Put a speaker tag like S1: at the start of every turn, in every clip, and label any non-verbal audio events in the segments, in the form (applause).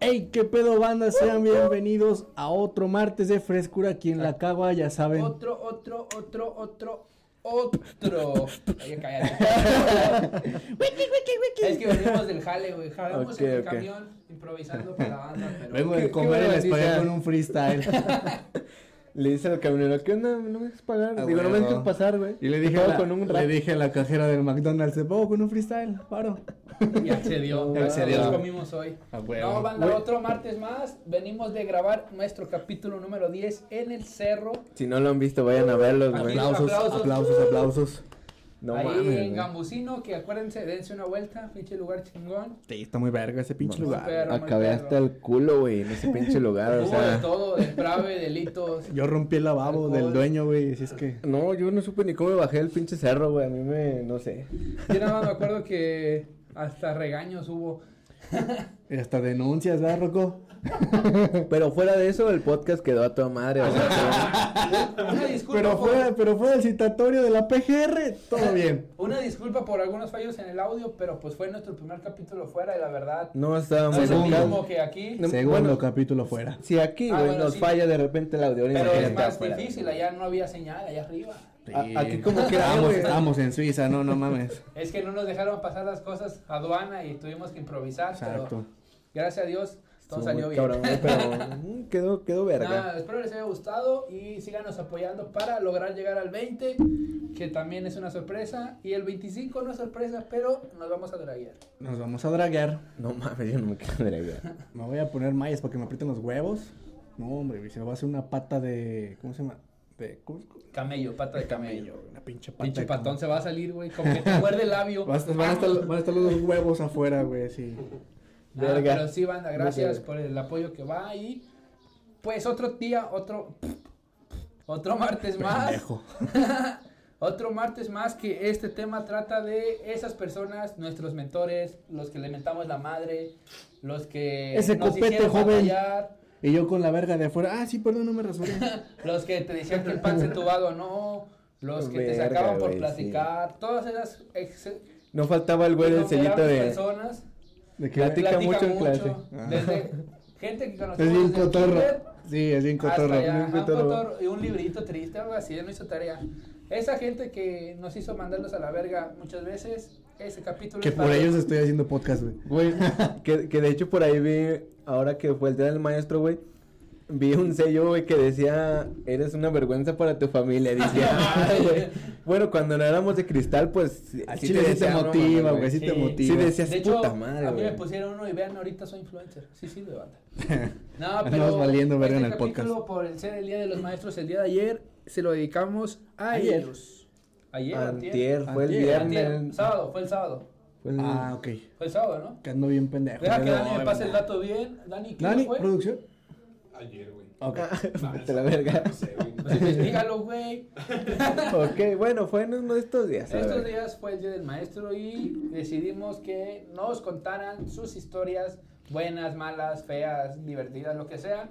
S1: Hey, qué pedo banda, sean bienvenidos a otro martes de frescura aquí en
S2: Ah.
S1: la cagua, ya saben.
S3: Otro, otro, otro, otro, otro. Oye, cállate. es que venimos del jale, güey. Jalamos en el
S2: Ok, ok.
S3: camión improvisando para la banda, pero. (laughs)
S1: Vengo
S2: Qué-
S1: de
S2: qué
S1: comer en
S2: buena
S1: español
S2: idea.
S1: con un
S2: (laughs)
S1: freestyle.
S2: Le dice al camionero, ¿qué onda? No me dejes pagar.
S1: Ah,
S2: Digo, no me
S1: huevo.
S2: dejes pasar, güey.
S1: Y le dije,
S2: Todo
S1: a la,
S2: con un
S1: le
S2: rap.
S1: dije a la cajera del McDonald's, ¿se puedo con un freestyle? Paro.
S3: Y accedió.
S2: Y accedió.
S3: Nos comimos hoy.
S1: A huevo.
S3: No, banda,
S2: Güey.
S3: otro martes más. Venimos de grabar nuestro capítulo número 10 en el cerro.
S2: Si no lo han visto, vayan a verlos, güey.
S3: Aquí.
S1: Aplausos,
S3: aplausos.
S1: aplausos, aplausos.
S2: No
S3: Ah, ahí
S2: mames.
S3: en
S2: güey.
S3: Gambusino, que acuérdense, dense una vuelta. Pinche lugar chingón.
S1: Sí, está muy verga ese pinche
S2: Vamos.
S1: lugar.
S3: Pero-
S2: Acabé
S3: Muy perro.
S2: hasta el culo, güey, en ese
S3: (laughs)
S2: pinche lugar, o
S3: Hubo de
S2: sea.
S3: todo, de prave, delitos.
S1: Yo rompí el lavabo
S3: Alcohol.
S1: del dueño, güey, así es que...
S2: No, yo no supe ni cómo me bajé del pinche cerro, güey. A mí me, no sé.
S3: Yo nada más me acuerdo que hasta regaños hubo.
S1: y Hasta denuncias, ¿verdad, Rocco?
S2: Pero fuera de eso, el podcast quedó a toda madre, o
S3: (laughs)
S2: sea,
S3: Una disculpa
S1: Pero
S3: por-
S1: fuera, pero fuera del citatorio de la PGR, todo bien.
S3: (laughs) Una disculpa por algunos fallos en el audio, pero pues fue nuestro primer capítulo fuera y la verdad
S2: no
S3: no
S2: estábamos
S3: es lo
S1: Segundo.
S3: mismo que aquí,
S2: No,
S1: Segundo
S2: bueno.
S1: capítulo fuera.
S2: Si aquí,
S3: Ah,
S2: güey,
S3: bueno,
S2: nos
S3: sí.
S2: falla de repente el audio, ahora
S3: pero es
S2: imagínate
S3: más
S2: afuera.
S3: difícil, allá no había señal, allá arriba.
S2: A- aquí como que era,
S1: estábamos,
S2: güey.
S1: estábamos en Suiza, no, no mames.
S3: Es que no nos dejaron pasar las cosas aduana y tuvimos que improvisar,
S1: Exacto.
S3: pero gracias a Dios todo
S2: Estuvo
S3: salió
S2: muy
S3: bien.
S2: cabrón,
S3: (laughs)
S2: güey, pero mm, quedó, quedó verga.
S3: Nada, espero les haya gustado y síganos apoyando para lograr llegar al 20, que también es una sorpresa, y el 25 no es sorpresa, pero nos vamos a draguear.
S1: Nos vamos a draguear.
S2: No mames, yo no me quiero draguear.
S1: Me voy a poner mallas para que me aprieten los huevos. No, hombre, güey, se me va a hacer una pata de. ¿Cómo se llama? De. ¿cómo- cómo-
S3: Camello, pata de camello.
S1: Una pinche pata.
S3: Pinche
S1: de
S3: patón
S1: camello.
S3: se va a salir, güey, como que te muerde
S1: (laughs)
S3: el labio. Ah,
S1: Va a estar- Van a, estar, van a estar los dos huevos afuera, güey, sí.
S3: Nada,
S2: Verga.
S3: pero sí, banda, gracias
S2: Verga.
S3: por el apoyo que va y pues otro día, otro otro martes más,
S1: Pendejo.
S3: otro martes más que este tema trata de esas personas, nuestros mentores, los que le mentamos la madre, los que
S1: Ese
S3: nos
S1: copete,
S3: hicieron
S1: joven.
S3: batallar,
S1: Y yo con la verga de afuera. Ah, sí, perdón, no me rasuré.
S3: los que te decían que el pan se entubado no, los que te
S2: Verga,
S3: sacaban por
S2: güey, sí.
S3: platicar, todas esas ex-
S2: No faltaba el güey del sellito
S3: innumerables
S2: de.
S3: personas
S1: De que
S2: Platica
S3: platica mucho,
S2: mucho en clase.
S1: Ah.
S3: (laughs) desde gente que
S1: Es
S3: conocemos
S1: bien
S3: desde
S1: cotorro.
S3: kinder
S1: Sí, es bien
S3: hasta
S1: cotorro.
S3: allá,
S1: bien
S3: ajá, un
S1: cotorro.
S3: cotorro y un librito triste, algo así, él no hizo tarea. Esa gente que nos hizo mandarlos a la verga muchas veces, ese capítulo
S1: Que
S3: es
S1: por
S3: para-
S1: ellos estoy haciendo podcast, güey.
S2: Güey, que, que de hecho por ahí vi, ahora que fue el día del maestro, güey, vi un sello, güey, que decía, eres una vergüenza para tu familia. Decía, "Ay, (laughs) güey". Bueno, cuando no éramos de cristal, pues.
S1: Al chile sí te
S2: decía, "No,
S1: motiva,
S2: mames,
S1: güey, sí te
S3: Sí.
S1: motiva.
S2: Sí decías,
S3: de hecho,
S2: puta madre,
S3: a mí me
S2: güey.
S3: pusieron uno y vean, ahorita soy influencer. Sí, sí, de
S1: (laughs)
S3: banda. No,
S1: Andabas
S3: pero
S1: valiendo verga
S3: este
S1: en el podcast.
S3: capítulo, por el ser el día de los maestros, el día de ayer, se lo dedicamos a
S1: Ayer.
S3: ellos. Ayer, antier.
S2: Antier, fue el
S1: Antier,
S3: Antier,
S2: viernes.
S3: sábado, fue el sábado.
S2: fue el-
S1: Ah, ok.
S3: Fue el sábado, ¿no?
S1: Que ando bien pendejo.
S3: Deja que
S1: No,
S3: Dani me pase el
S1: verdad.
S3: dato bien. Dani, ¿qué
S1: Dani,
S3: fue?
S1: producción.
S4: Ayer, güey.
S2: (laughs)
S1: Ok.
S2: Vete a la verga.
S4: No sé, güey.
S3: Pues investigalo, güey.
S2: ok, bueno, fue en uno de estos días. a la
S3: Estos
S2: verga.
S3: días fue el Día del Maestro y decidimos que nos contaran sus historias, buenas, malas, feas, divertidas, lo que sea,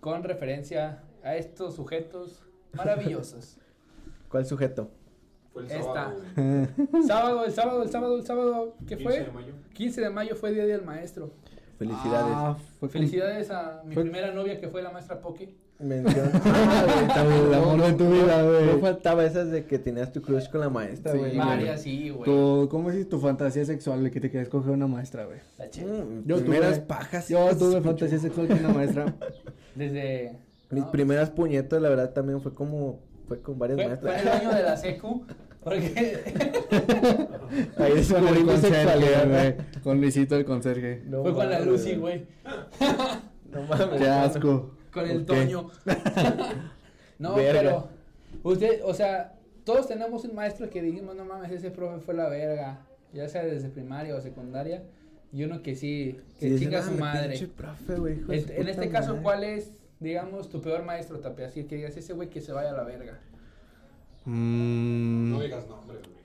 S3: con referencia a estos sujetos maravillosos.
S2: ¿Cuál sujeto?
S4: Fue el
S3: Esta.
S4: sábado,
S3: sábado, el
S4: güey.
S3: sábado, el sábado, el sábado, ¿qué
S4: 15
S3: fue?
S4: de mayo.
S3: 15 de mayo fue Día del Maestro.
S2: Felicidades.
S1: Ah, fue cum-
S3: Felicidades a mi
S1: Fue-
S3: primera novia que fue la maestra Poki.
S2: Mención. Ah, güey, también
S1: El
S2: la
S1: amor
S2: mono-
S1: de tu vida, güey.
S2: No faltaba esas de que tenías tu crush con la maestra,
S1: Sí,
S2: güey.
S3: María, sí, güey.
S1: Tu, ¿Cómo es tu fantasía sexual de que te querías coger una maestra, güey?
S3: La chida.
S2: Mm,
S1: Yo
S2: primeras
S1: tuve-
S2: pajas.
S1: Yo tuve fantasía sexual con una maestra.
S3: Desde...
S2: Mis
S3: ¿no?
S2: primeras puñetas, la verdad, también fue como. Fue con varias
S3: Fue, fue el
S2: (laughs) maestras.
S3: año de la secu, porque
S2: Ahí
S1: Con el
S2: descubrimos
S1: conserje,
S2: sexualidad, güey.
S1: güey. Con Luisito el conserje.
S2: No
S3: fue con la
S2: mames,
S3: Lucy, güey.
S2: No mames.
S1: Qué asco.
S3: Con el
S2: Ok. (laughs)
S3: Toño. no,
S2: Verga.
S3: pero. Usted, o sea, todos tenemos un maestro que dijimos, no mames, ese profe fue la verga. Ya sea desde primaria o secundaria. Y uno que sí, que
S2: Sí,
S3: chinga a
S2: ese,
S3: su
S2: ah,
S3: madre.
S2: pinche profe, güey, hijo de
S3: Este,
S2: su
S3: en
S2: puta
S3: este caso,
S2: madre.
S3: ¿cuál es, digamos, tu peor maestro, Tapia? Así que digas, ese güey que se vaya a la verga.
S1: Mm,
S4: No digas nombres, güey.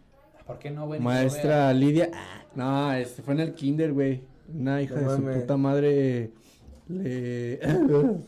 S3: ¿Por qué no, güey? Ni que lo vea.
S1: maestra Lidia. Ah, no, este fue en el kinder, güey. Una hija
S2: No
S1: de su
S2: mames.
S1: puta madre. Le. (coughs)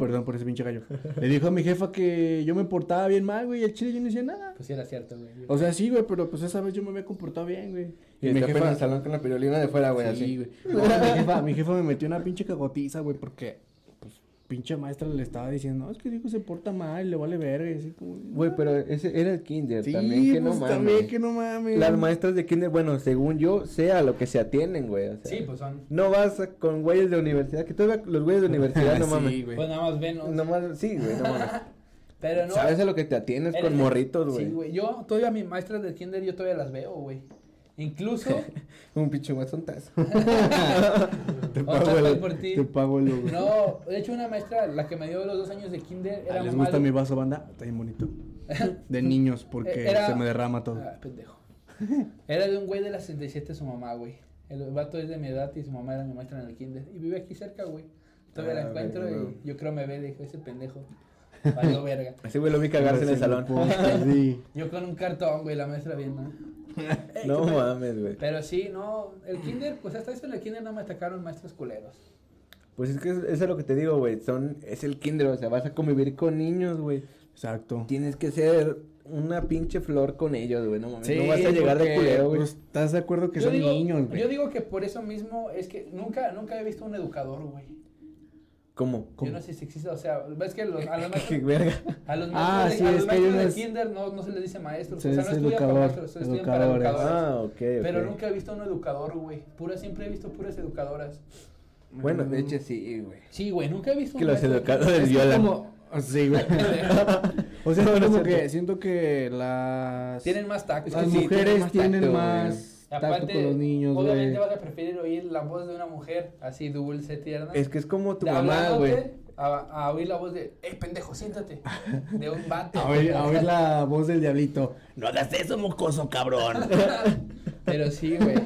S1: Perdón por ese pinche gallo. Le dijo a mi jefa que yo me portaba bien mal, güey. Y el chile yo no hacía nada.
S3: Pues sí, era cierto, güey.
S1: O sea, sí, güey, pero pues esa vez yo me había comportado bien, güey.
S2: Y,
S1: Y mi
S2: está
S1: jefa-
S2: en el salón con la pirulina de fuera, güey, así.
S1: Sí, güey. No, mi, jefa, mi jefa me metió una pinche cagotiza, güey, porque pues, pinche maestra le estaba diciendo, "No, es que digo se porta mal, le vale verga. y así como,
S2: Güey, pero ese era el kinder
S1: sí,
S2: también, que no
S1: pues,
S2: mames.
S1: también que no mames.
S2: Las maestras de kinder, bueno, según yo, sea lo que se atienden, güey. o sea,
S3: Sí, pues son.
S2: No vas a- con güeyes de universidad, que todos los (laughs) güeyes de universidad, no
S1: (laughs) Sí,
S2: mames.
S1: güey.
S3: Pues nada más venos.
S2: No mames, sí, güey, no mames.
S3: Pero no.
S2: Sabes a lo que te atiendes
S3: eres
S2: con
S3: de-
S2: morritos, güey.
S3: Sí, güey. Yo todavía mis maestras de kinder yo todavía las veo, güey.
S2: (laughs)
S3: Incluso
S2: Un pinche guasontazo.
S1: Te
S3: Otra
S1: pago
S3: vez
S1: el,
S3: por ti.
S1: te pago el güey.
S3: No, de hecho una maestra, la que me dio los dos años de kinder,
S1: Ah,
S3: era
S1: ¿Les
S3: mamá
S1: gusta
S3: de-
S1: mi vaso banda? Está bien
S3: (laughs)
S1: bonito. De niños, porque
S3: Eh, Era-
S1: se me derrama todo.
S3: Ah, pendejo. Era de un güey de la 67 su mamá, güey. El vato es de mi edad y su mamá era mi maestra en el kinder. Y vive aquí cerca, güey. Todavía
S2: Ah,
S3: la encuentro
S2: verga,
S3: y
S2: güey.
S3: yo creo me ve, dijo, ese
S2: (laughs)
S3: pendejo. Valió verga.
S2: Así, güey, lo vi cagarse en el
S1: Ese
S2: salón.
S1: grupo,
S2: (laughs)
S1: sí.
S3: Yo con un cartón, güey, la maestra bien, ¿no? Ey,
S2: No
S3: ¿qué pedo?
S2: mames, güey.
S3: Pero sí, no, el kinder, pues hasta eso en el kinder no me atacaron maestros culeros.
S2: Pues es que eso es lo que te digo, güey. Son, es el kinder, o sea, vas a convivir con niños, güey.
S1: Exacto.
S2: Tienes que ser una pinche flor con ellos, güey. No mames.
S1: Sí,
S2: no vas a llegar de
S1: porque,
S2: culero, güey.
S1: pues, ¿Estás de acuerdo que son
S3: digo,
S1: niños, güey?
S3: yo digo que por eso mismo es que nunca, nunca he visto un educador, güey.
S2: ¿Cómo?
S3: Yo
S2: (laughs)
S3: no sé si existe, o sea, ves que los- a
S1: (laughs)
S3: los
S2: Qué
S3: maestros,
S2: verga.
S3: a los
S1: Ah,
S3: maestros, de-
S1: sí,
S3: a
S1: es
S3: los
S1: que hay
S3: maestros de
S1: unos-
S3: kinder no, no se les dice maestros,
S1: Se
S3: o sea,
S1: les dice
S3: no estudian para
S1: educador,
S3: maestros, estudian para
S1: educadores.
S3: educadores.
S2: Ah, ok, ok.
S3: Pero nunca he visto un educador, güey. Pura, siempre he visto puras educadoras.
S2: Bueno, de hecho sí, güey.
S3: Sí, güey, nunca he visto
S2: Que
S3: un
S2: los
S3: maestro- (laughs)
S2: educadores
S1: Es
S2: violan.
S1: como... Sí, güey. O sea, es como que siento que las...
S3: Tienen más tacto.
S2: Es que
S1: Las
S2: sí, tienen
S1: mujeres
S2: más
S1: tienen
S2: tacto,
S1: más
S3: Y
S1: tacto,
S3: aparte,
S1: con los niños,
S3: obviamente
S1: güey.
S3: vas a preferir oír la voz de una mujer así dulce, tierna.
S2: Es que es como tu
S3: de
S2: mamá,
S3: hablándote
S2: güey.
S3: A, a oír la voz de, ¡Ey, pendejo, siéntate! De un
S1: (laughs)
S3: vato.
S1: A oír, a oír
S3: (laughs)
S1: la voz del diablito. No hagas eso, mocoso, cabrón.
S3: Pero
S1: (laughs)
S3: sí, güey.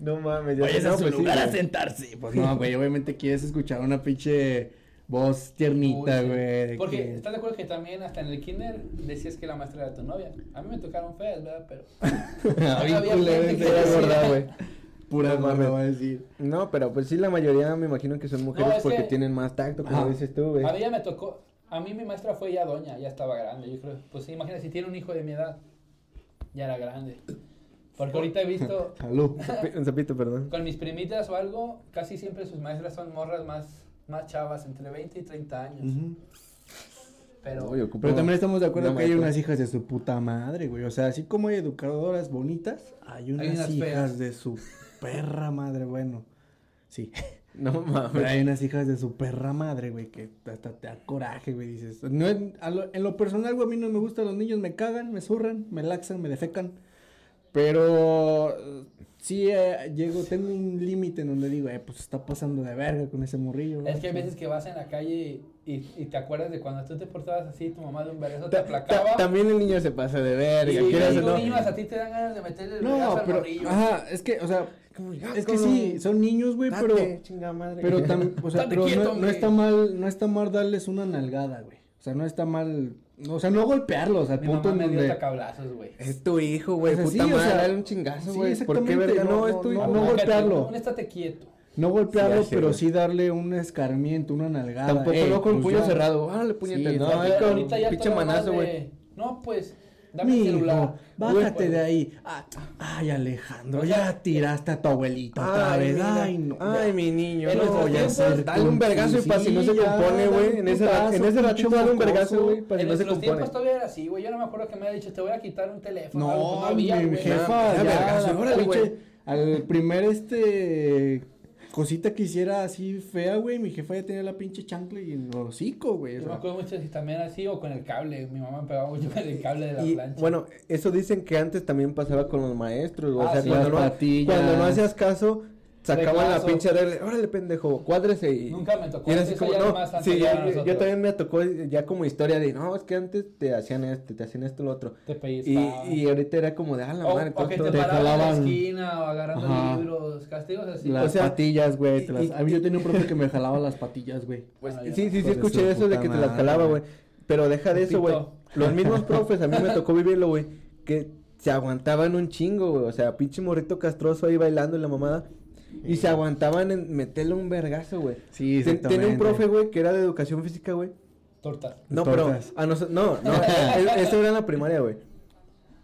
S2: No mames, ya
S1: Vayas
S2: no,
S1: a su
S2: pues sí,
S1: lugar a
S2: güey.
S1: sentarse. Pues no, güey, obviamente quieres escuchar una pinche voz tiernita,
S3: Dulce.
S1: güey. de
S3: Porque,
S1: que-
S3: ¿estás de acuerdo que también hasta en el kinder decías que la maestra era tu novia? A mí me tocaron feas, ¿verdad? Pero...
S1: Ay,
S3: había
S1: culero,
S3: gente que
S1: era
S3: decía-
S1: gorda, güey. Pura
S2: No
S1: gorda,
S2: mames.
S1: va a decir.
S2: No, pero pues sí, la mayoría me imagino que son mujeres
S3: es
S2: porque
S3: que-
S2: tienen más tacto, como
S1: Ajá.
S2: dices tú, güey.
S3: A mí ya me tocó... A mí mi maestra fue ya doña, ya estaba grande, yo creo. Pues imagínate, si tiene un hijo de mi edad, ya era grande. Porque ahorita he visto...
S1: Salud. (laughs)
S2: Un zapito, perdón.
S3: Con mis primitas o algo, casi siempre sus maestras son morras más, más chavas, entre 20 y 30 años.
S1: Ujú.
S3: Pero
S2: Uy, ocupo
S1: Pero también estamos de acuerdo
S2: una
S1: que hay
S2: maestra.
S1: unas hijas de su puta madre, güey. O sea, así como hay educadoras bonitas, hay unas,
S3: unas
S1: hijas
S3: feas.
S1: de su perra madre, bueno. Sí,
S2: No
S1: pero
S2: mames.
S1: hay unas hijas de su perra madre, güey, que hasta te da coraje, güey, dices. No, en, a lo, en lo personal, güey, a mí no me gustan los niños, me cagan, me zurran, me laxan, me defecan. Pero eh, sí eh, llego, tengo un límite en donde digo, eh, pues está pasando de verga con ese morrillo.
S3: es
S1: ¿no?
S3: que hay veces que vas en la calle y, y te acuerdas de cuando tú te portabas así, tu mamá de un beso te
S2: Ta-
S3: aplacaba.
S2: ta- también el niño se pasa de verga.
S3: y
S2: quieras o
S3: los
S2: no. ah,
S3: niños a ti te dan ganas de meterle el regazo
S1: No,
S3: al
S1: pero,
S3: morrillo.
S1: ajá, es que, o sea,
S2: Como,
S3: "Ah,
S2: ya,
S1: es que
S2: cabrón,
S1: sí, son niños, güey,
S2: date,
S1: pero...
S2: chingada
S3: (laughs)
S2: madre.
S1: Pero también, o sea,
S3: Estate
S1: pero
S3: quieto,
S1: no, no
S3: hombre.
S1: está mal, no está mal darles una nalgada, güey. O sea, no está mal, no, o sea, no golpeablos al
S3: Mi
S1: punto
S3: mamá
S1: en
S3: me dio
S1: donde
S3: tacablazos, güey.
S2: Es tu hijo, güey.
S1: O sea,
S2: puta
S1: sí, o
S2: madre,
S1: sea,
S2: dale un chingazo,
S1: sí,
S2: güey. ¿Por qué
S1: exactamente,
S2: verga?
S1: no,
S2: No,
S1: no,
S2: es tu hijo.
S1: no,
S2: güey.
S1: golpearlo.
S3: Un estate quieto.
S1: no golpearlo,
S2: Sí, ya sé,
S1: pero
S2: güey.
S1: sí darle un escarmiento, una nalgada.
S2: Tampoco
S1: Ey,
S2: no con
S1: pues
S2: puño
S1: ya.
S2: cerrado. Órale, puñete.
S1: Sí,
S2: no,
S1: exacto.
S2: ahí con
S3: Ahorita ya
S2: pinche
S3: todo nomás
S2: manazo,
S3: de,
S2: güey.
S3: No, pues, dame el
S1: Mijo,
S3: celular.
S1: bájate
S3: Güey,
S1: de ahí. Ah, ay, Alejandro,
S3: O sea,
S1: ya tiraste a tu abuelita otra vez.
S2: mira.
S1: Ay, no.
S2: Ay, mi niño.
S3: En
S2: no,
S3: nuestros
S2: ya
S3: tiempos,
S2: sé, dale un vergazo y para si no se
S1: sí, ya,
S2: compone,
S1: dale
S2: güey.
S1: un
S2: En ese,
S1: putazo,
S2: en ese ratito
S1: pinche
S2: dale un vergazo,
S1: mocoso.
S2: güey, para si
S3: En
S2: no se
S3: nuestros
S2: compone.
S3: tiempos todavía era así, güey. Yo no me acuerdo que me haya dicho, te voy a quitar un teléfono.
S1: No,
S3: algo, pues, había,
S1: mi
S3: güey.
S1: jefa,
S2: Ya,
S1: ya,
S2: vergazo,
S1: la
S2: órale,
S1: pinche-
S2: güey.
S1: al primer este cosita que hiciera así fea, güey, mi jefa ya tenía la pinche chancla y el hocico, güey. o
S3: Yo me
S1: sea.
S3: acuerdo mucho si también así o con el cable. Mi mamá me pegaba mucho con el cable de la
S2: Y,
S3: plancha.
S2: bueno, eso dicen que antes también pasaba con los maestros, güey.
S3: Ah,
S2: o sea,
S3: sí,
S2: cuando,
S1: las
S2: no,
S1: patillas.
S2: cuando no hacías caso, sacaban
S3: Reglazo.
S2: la pinche regla. Órale, pendejo, cuádrese y.
S3: Nunca me tocó.
S2: Y era así
S3: eso
S2: como,
S3: ya
S2: no,
S3: nomás antes
S2: sí,
S3: ya
S2: yo, yo
S3: nosotros.
S2: también me tocó ya como historia de, no, es que antes te hacían este, te hacían esto, lo otro.
S3: Te
S2: Y,
S3: pellizcaban.
S2: y ahorita era como de, ah, la
S3: o,
S2: madre,
S3: o que te,
S2: todo-
S1: te
S3: paraban en la
S1: jalaban.
S3: esquina o agarrando
S1: Ajá.
S3: libros, castigos así. pues,
S1: Las
S2: o sea,
S1: patillas, güey. te
S2: y-
S1: las-
S2: y-
S1: A mí yo tenía un profe que me jalaba las patillas, güey.
S2: Pues,
S3: Bueno, ya.
S2: sí, sí, sí,
S1: Hijo de su
S2: escuché eso de
S1: puta
S2: que te las
S1: madre,
S2: jalaba,
S1: güey.
S2: güey. Pero deja de eso, güey.
S3: Pito.
S2: Los mismos profes, a mí me tocó vivirlo, güey. Que se aguantaban un chingo, güey. O sea, pinche morrito castroso ahí bailando en la mamada. Y se aguantaban en meterle un vergazo, güey.
S1: Sí,
S2: Ten- Tenía un
S1: exactamente.
S2: profe, güey, que era de educación física, güey.
S3: Tortas.
S2: No,
S1: Tortas.
S2: pero a
S1: (laughs)
S2: nosotros, e, no, no, e- eso era en la primaria, güey.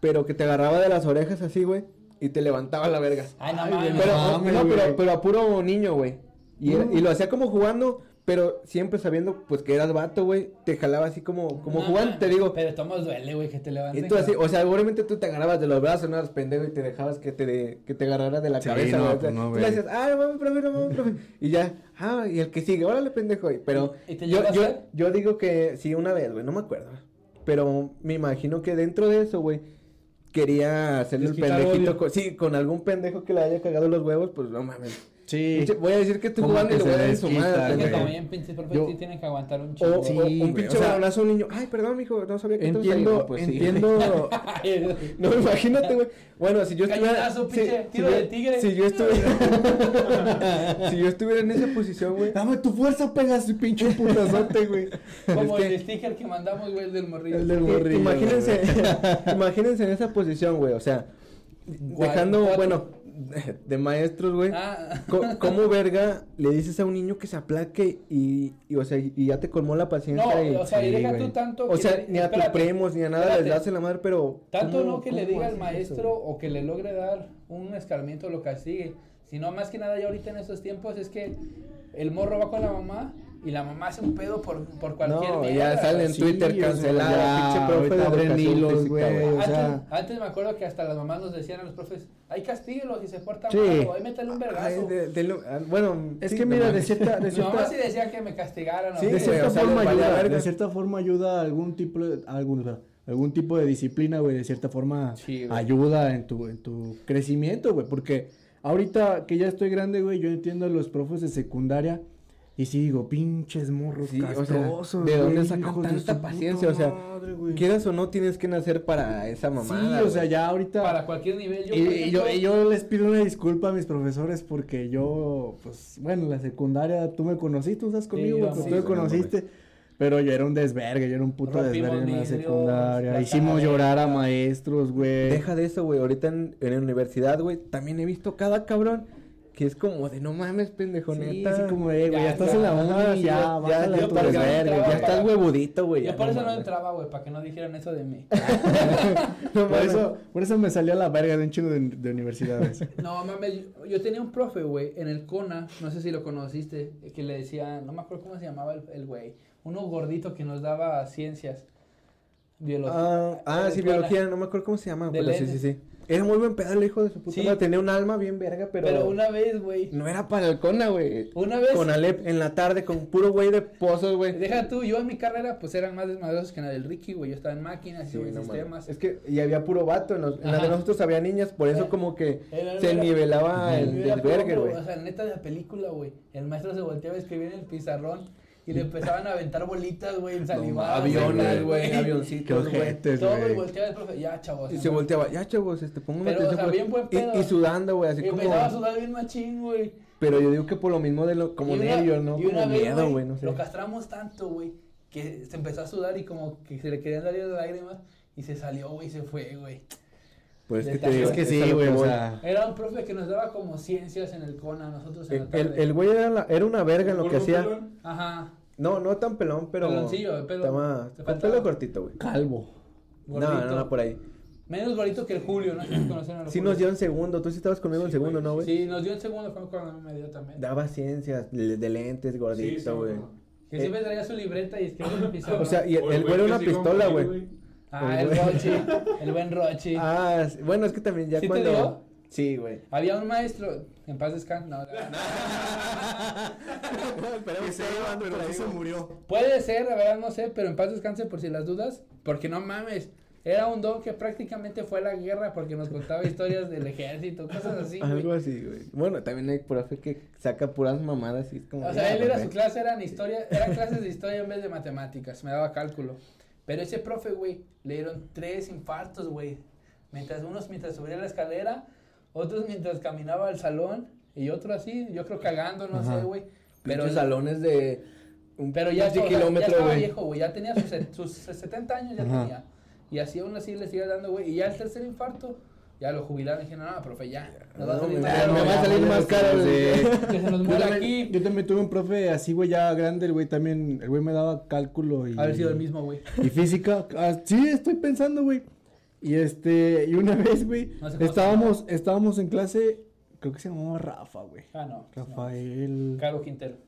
S2: Pero que te agarraba de las orejas así, güey, y y te levantaba la verga.
S3: Ay, no
S1: Ay,
S3: mames.
S1: güey,
S2: Pero,
S1: mames,
S2: no, pero,
S1: güey.
S2: pero a puro niño, güey. Y, era-
S1: Mm.
S2: y lo hacía como jugando, pero siempre sabiendo, pues, que eras vato, güey. Te jalaba así como, como
S3: No,
S2: jugando,
S3: no,
S2: te digo.
S3: Pero tomas duele, güey, que te levantes.
S2: Y tú así, o sea, seguramente tú te agarrabas de los brazos, no eras pendejo y te dejabas que te, de- que te agarrara de la
S1: Sí,
S2: cabeza.
S1: no,
S2: güey. O sea,
S1: pues no,
S2: tú
S1: güey.
S2: le decías, ah, no mames, profe, no mames, profe. Y ya, ah, y el que sigue, órale, pendejo. Y- Pero
S3: ¿Y te
S2: yo,
S3: llegó a
S2: yo,
S3: hacer?
S2: yo digo que sí, una vez, güey, no me acuerdo. Pero me imagino que dentro de eso, güey, quería hacerle el
S1: Desquitar
S2: pendejito.
S1: odio.
S2: Con, sí, con algún pendejo que le haya cagado los huevos, pues no mames.
S1: Sí.
S2: Voy a decir que tú
S1: ¿Cómo
S2: jugando y
S1: que
S2: le voy a
S1: se
S2: dar en su
S1: desquita,
S3: Es
S2: madre.
S3: que
S1: güey?
S2: pendejo.
S3: también pinches profes
S2: Yo-
S3: sí tienen que aguantar un
S2: O,
S3: chingo.
S2: o (laughs)
S1: Sí,
S2: un
S1: güey,
S2: pinche
S1: o sea,
S2: balonazo a un niño. Ay, perdón, mijo, no sabía que tú estabas ahí".
S1: Entiendo,
S2: No, pues sí. (laughs)
S1: entiendo.
S2: No, (laughs) imagínate, güey. Bueno, si yo estuviera.
S3: Cañonazo,
S2: si-
S3: pinche,
S2: si
S3: tiro
S2: yo-
S3: de tigre.
S2: Si
S3: (laughs)
S2: yo estuviera. (laughs) si yo estuviera en esa posición, güey.
S1: Dame Ah, tu fuerza, pegas pinche putazote, güey.
S3: Como
S2: es
S3: el
S2: que-
S3: sticker que mandamos, güey, el del morrillo.
S1: El del
S2: i-
S1: gorrillo.
S2: Imagínense,
S1: güey.
S2: (laughs) imagínense en esa posición, güey. O sea,
S3: Guau,
S2: dejando,
S3: guau.
S2: bueno, (laughs) de maestros, güey.
S3: Ah.
S2: co- ¿Cómo verga le dices a un niño que se aplaque y, y, o sea, y ya te colmó la paciencia? y-
S3: No, o sea, y
S1: Sí,
S3: deja
S1: güey.
S3: tú tanto.
S2: O
S3: que
S2: sea,
S3: le-
S2: ni a tus
S3: espérate,
S2: primos ni a nada les
S3: espérate.
S2: das en la madre, pero.
S3: Tanto
S2: ¿cómo-
S3: no que le
S2: cómo
S3: diga al
S2: haces
S3: maestro
S2: eso,
S3: o que le logre dar un escarmiento lo castigue, sino más que nada ya ahorita en estos tiempos es que el morro va con la mamá y la mamá hace un pedo por, por cualquier
S2: No,
S3: mierda.
S2: ya sale en
S1: Sí,
S2: Twitter
S1: o sea,
S2: cancelada.
S1: ya,
S2: Pinche profe de
S1: ahorita abren
S2: educación
S1: hilos,
S2: física,
S1: güey.
S2: güey.
S1: o
S3: antes,
S1: sea-
S3: antes me acuerdo que hasta las mamás nos decían a los profes, ay castíguelos y se portan
S1: Sí.
S3: mal, o ahí métele un
S2: Ay,
S3: vergazo.
S2: de- de lo- ah, bueno,
S1: Es
S2: sí,
S1: que
S2: no
S1: mira, de
S2: mames.
S1: cierta,
S2: (laughs)
S1: de
S3: Mi
S1: cierta,
S3: mamá sí decía que me castigaran.
S2: Sí,
S3: ¿no?
S1: de
S2: güey,
S1: cierta
S2: o sea,
S1: forma
S2: les valía
S1: ayuda,
S2: verga.
S1: de cierta forma ayuda a algún tipo de, a algún, a algún tipo de disciplina, güey, de cierta forma
S3: Sí, güey.
S1: ayuda en tu, en tu crecimiento, güey, porque ahorita que ya estoy grande, güey, yo entiendo a los profes de secundaria y sí digo, pinches morros
S2: Sí, o sea,
S1: castrosos,
S2: ¿de dónde
S1: güey,
S2: sacan
S1: hijos de
S2: tanta
S1: su puta
S2: paciencia? O sea,
S1: madre, güey.
S2: Quieras o no, tienes que nacer para esa mamada.
S1: sí, o sea,
S2: güey.
S1: ya ahorita
S3: Para cualquier nivel. Yo,
S1: y,
S3: por
S1: y yo,
S3: ejemplo,
S1: y yo les pido una disculpa a mis profesores porque yo, pues, bueno, en la secundaria tú me conociste, tú estás conmigo,
S3: Sí,
S1: güey,
S3: yo
S1: pues,
S3: sí,
S1: tú me
S2: sí,
S1: conociste. pero yo era un desvergue, yo era un puto
S3: Rompimos
S1: desvergue en la
S3: vidrios,
S1: secundaria. Hicimos
S3: platabas.
S1: llorar a maestros, güey.
S2: Deja de eso, güey. Ahorita en, en la universidad, güey, también he visto cada cabrón que es como de no mames, pendejo,
S1: Sí,
S2: neta.
S1: así como, eh, güey,
S3: Ya,
S1: ya, estás
S3: ya,
S1: en la
S2: Ah,
S1: uni,
S2: sí,
S1: ya,
S2: ya, ya,
S1: bájale
S2: ya,
S1: a tu
S2: para-
S1: desvergue,
S3: entraba
S2: ya
S1: ya.
S2: estás huevudito, güey.
S3: yo
S2: ya,
S3: por
S2: no
S3: eso no
S2: mames.
S3: entraba, güey, para que no dijeran eso de mí.
S2: No
S1: Por
S2: mames.
S1: eso, por eso me salió a la verga de un chingo de, de universidades.
S3: No, mames, yo, yo tenía un profe, güey, en el CONA, no sé si lo conociste, que le decía, no me acuerdo cómo se llamaba el el güey, uno gordito que nos daba ciencias, biología.
S2: Ah, ah, sí,
S3: Escuela.
S2: biología, no me acuerdo cómo se llama,
S3: De
S2: pero sí, sí,
S3: lentes.
S2: sí. Era muy buen pedo el hijo de su puta
S3: Sí.
S2: madre, Tenía un alma bien verga, pero,
S3: pero, una vez, güey,
S2: no era para el cona, güey.
S3: una vez,
S2: Con Alep en la tarde, con puro güey de pozos, güey.
S3: Pues deja tú, yo en mi carrera, pues eran más desmadrosos que en la del Ricky, güey, yo estaba en máquinas,
S2: Sí,
S3: yo en
S2: no
S3: sistemas.
S2: mames. es que y había puro vato, en, los- en la de
S3: Ajá.
S2: nosotros había niñas, por eso
S3: Eh,
S2: como que
S3: era-
S2: se
S3: era-
S2: nivelaba
S3: Y
S2: el
S3: yo era
S2: desvergue,
S3: puro,
S2: güey.
S3: O sea, neta de la película, güey, el maestro se volteaba a escribir en el pizarrón y le empezaban a aventar bolitas, güey, en
S2: No, aviones, güey,
S1: Qué
S2: avioncitos, güey.
S1: ojetes,
S3: Todo y
S1: güey.
S3: volteaba el profe, ya, chavos.
S2: Y
S3: ya
S2: se
S3: no-
S2: volteaba, ya chavos, este, pongo una
S3: Pero, o sea, bien buen pedo.
S2: y, y sudando, güey, así
S3: Y
S2: como.
S3: empezaba a sudar bien machín, güey.
S2: Pero yo digo que por lo mismo de lo, como
S3: Y una-
S2: nervios, ¿no?
S3: y una
S2: Como
S3: vez,
S2: miedo, güey, no sé.
S3: Lo castramos tanto, güey, que se empezó a sudar y como que se le querían salir las lágrimas y se salió, güey, y se fue, güey.
S2: Pues
S3: Detalle.
S2: digo,
S1: es que
S2: es a lo
S1: sí, güey, o
S2: voy.
S1: sea.
S3: Era un profe que nos daba como ciencias en el CONA, nosotros en la
S2: El,
S3: tarde.
S2: el- el güey era, la- era una verga en lo que
S4: ¿Gordo
S2: hacía.
S4: pelón?
S3: Ajá.
S2: No, no tan pelón, pero.
S3: Peloncillo, de pelo.
S2: Estaba.
S3: Te
S2: Con
S3: faltaba.
S2: pelo cortito, güey.
S1: Calvo.
S2: No,
S3: Gordito.
S2: no, no, por ahí.
S3: Menos gordito que el Julio, no sé si conocieron al
S2: Sí
S3: Julio.
S2: nos dio en segundo. Tú sí estabas conmigo en segundo, ¿no, güey?
S3: Sí, nos dio en segundo, fue cuando me dio también.
S2: Daba ciencias, le- de lentes,
S4: Sí, sí,
S2: gordito, güey.
S4: no.
S3: Que siempre traía su libreta y escribía en el pizarrón.
S2: eh. (laughs) O sea, y el,
S4: O
S2: el güey era
S4: que
S2: una
S4: se iba a
S2: pistola,
S4: morir,
S2: güey.
S3: Ah,
S2: (laughs)
S3: el Rochi, el buen Rochi.
S2: Ah, sí, bueno, es que también ya
S3: ¿Sí te
S2: cuando.
S3: dio?
S2: Sí, güey.
S3: Había un maestro, en paz descanse, no, (laughs)
S2: Esperemos que iban, pero ahí, güey.
S1: murió.
S3: Puede ser, la verdad no sé, pero en paz descanse por si las dudas, porque no mames. Era un don que prácticamente fue a la guerra porque nos contaba historias del ejército, cosas así. güey.
S2: Algo así, güey. Bueno, también hay profe que saca puras mamadas y es como. "Ah,
S3: O sea, él era
S2: güey.
S3: su clase, eran historia, eran clases de historia en vez de matemáticas, me daba cálculo. Pero ese profe, güey, le dieron tres infartos, güey. Mientras unos mientras subía la escalera, otros mientras caminaba al salón y otro así, yo creo cagando, no
S1: Ajá.
S3: sé, güey.
S2: Pero
S3: Pero
S2: salones de. Un
S3: Pero ya,
S2: pinche
S3: o sea, ya
S2: kilómetro,
S3: estaba
S2: güey.
S3: viejo, güey. Ya tenía sus, se- sus 70 años, ya
S1: Ajá.
S3: tenía. Y así aún así le sigue dando, güey. Y ya el tercer infarto, ya lo jubilaron y dijeron, no, profe, ya. Nos Ah, va a
S2: No,
S3: salir
S2: me-
S3: más caro,
S2: me va a salir más caro, güey.
S3: Que se nos
S1: Yo
S3: muera
S1: también,
S3: aquí.
S1: yo también tuve un profe así, güey, ya grande, el güey también, el güey me daba cálculo y...
S3: Haber sido el mismo, güey.
S1: Y física, ah, sí, estoy pensando, güey. Y este, y una (laughs) vez, güey,
S3: No sé cómo se
S1: estábamos, estábamos en clase, creo que se llamaba Rafa, güey.
S3: Ah, no.
S1: Rafael.
S3: Caro Quintero.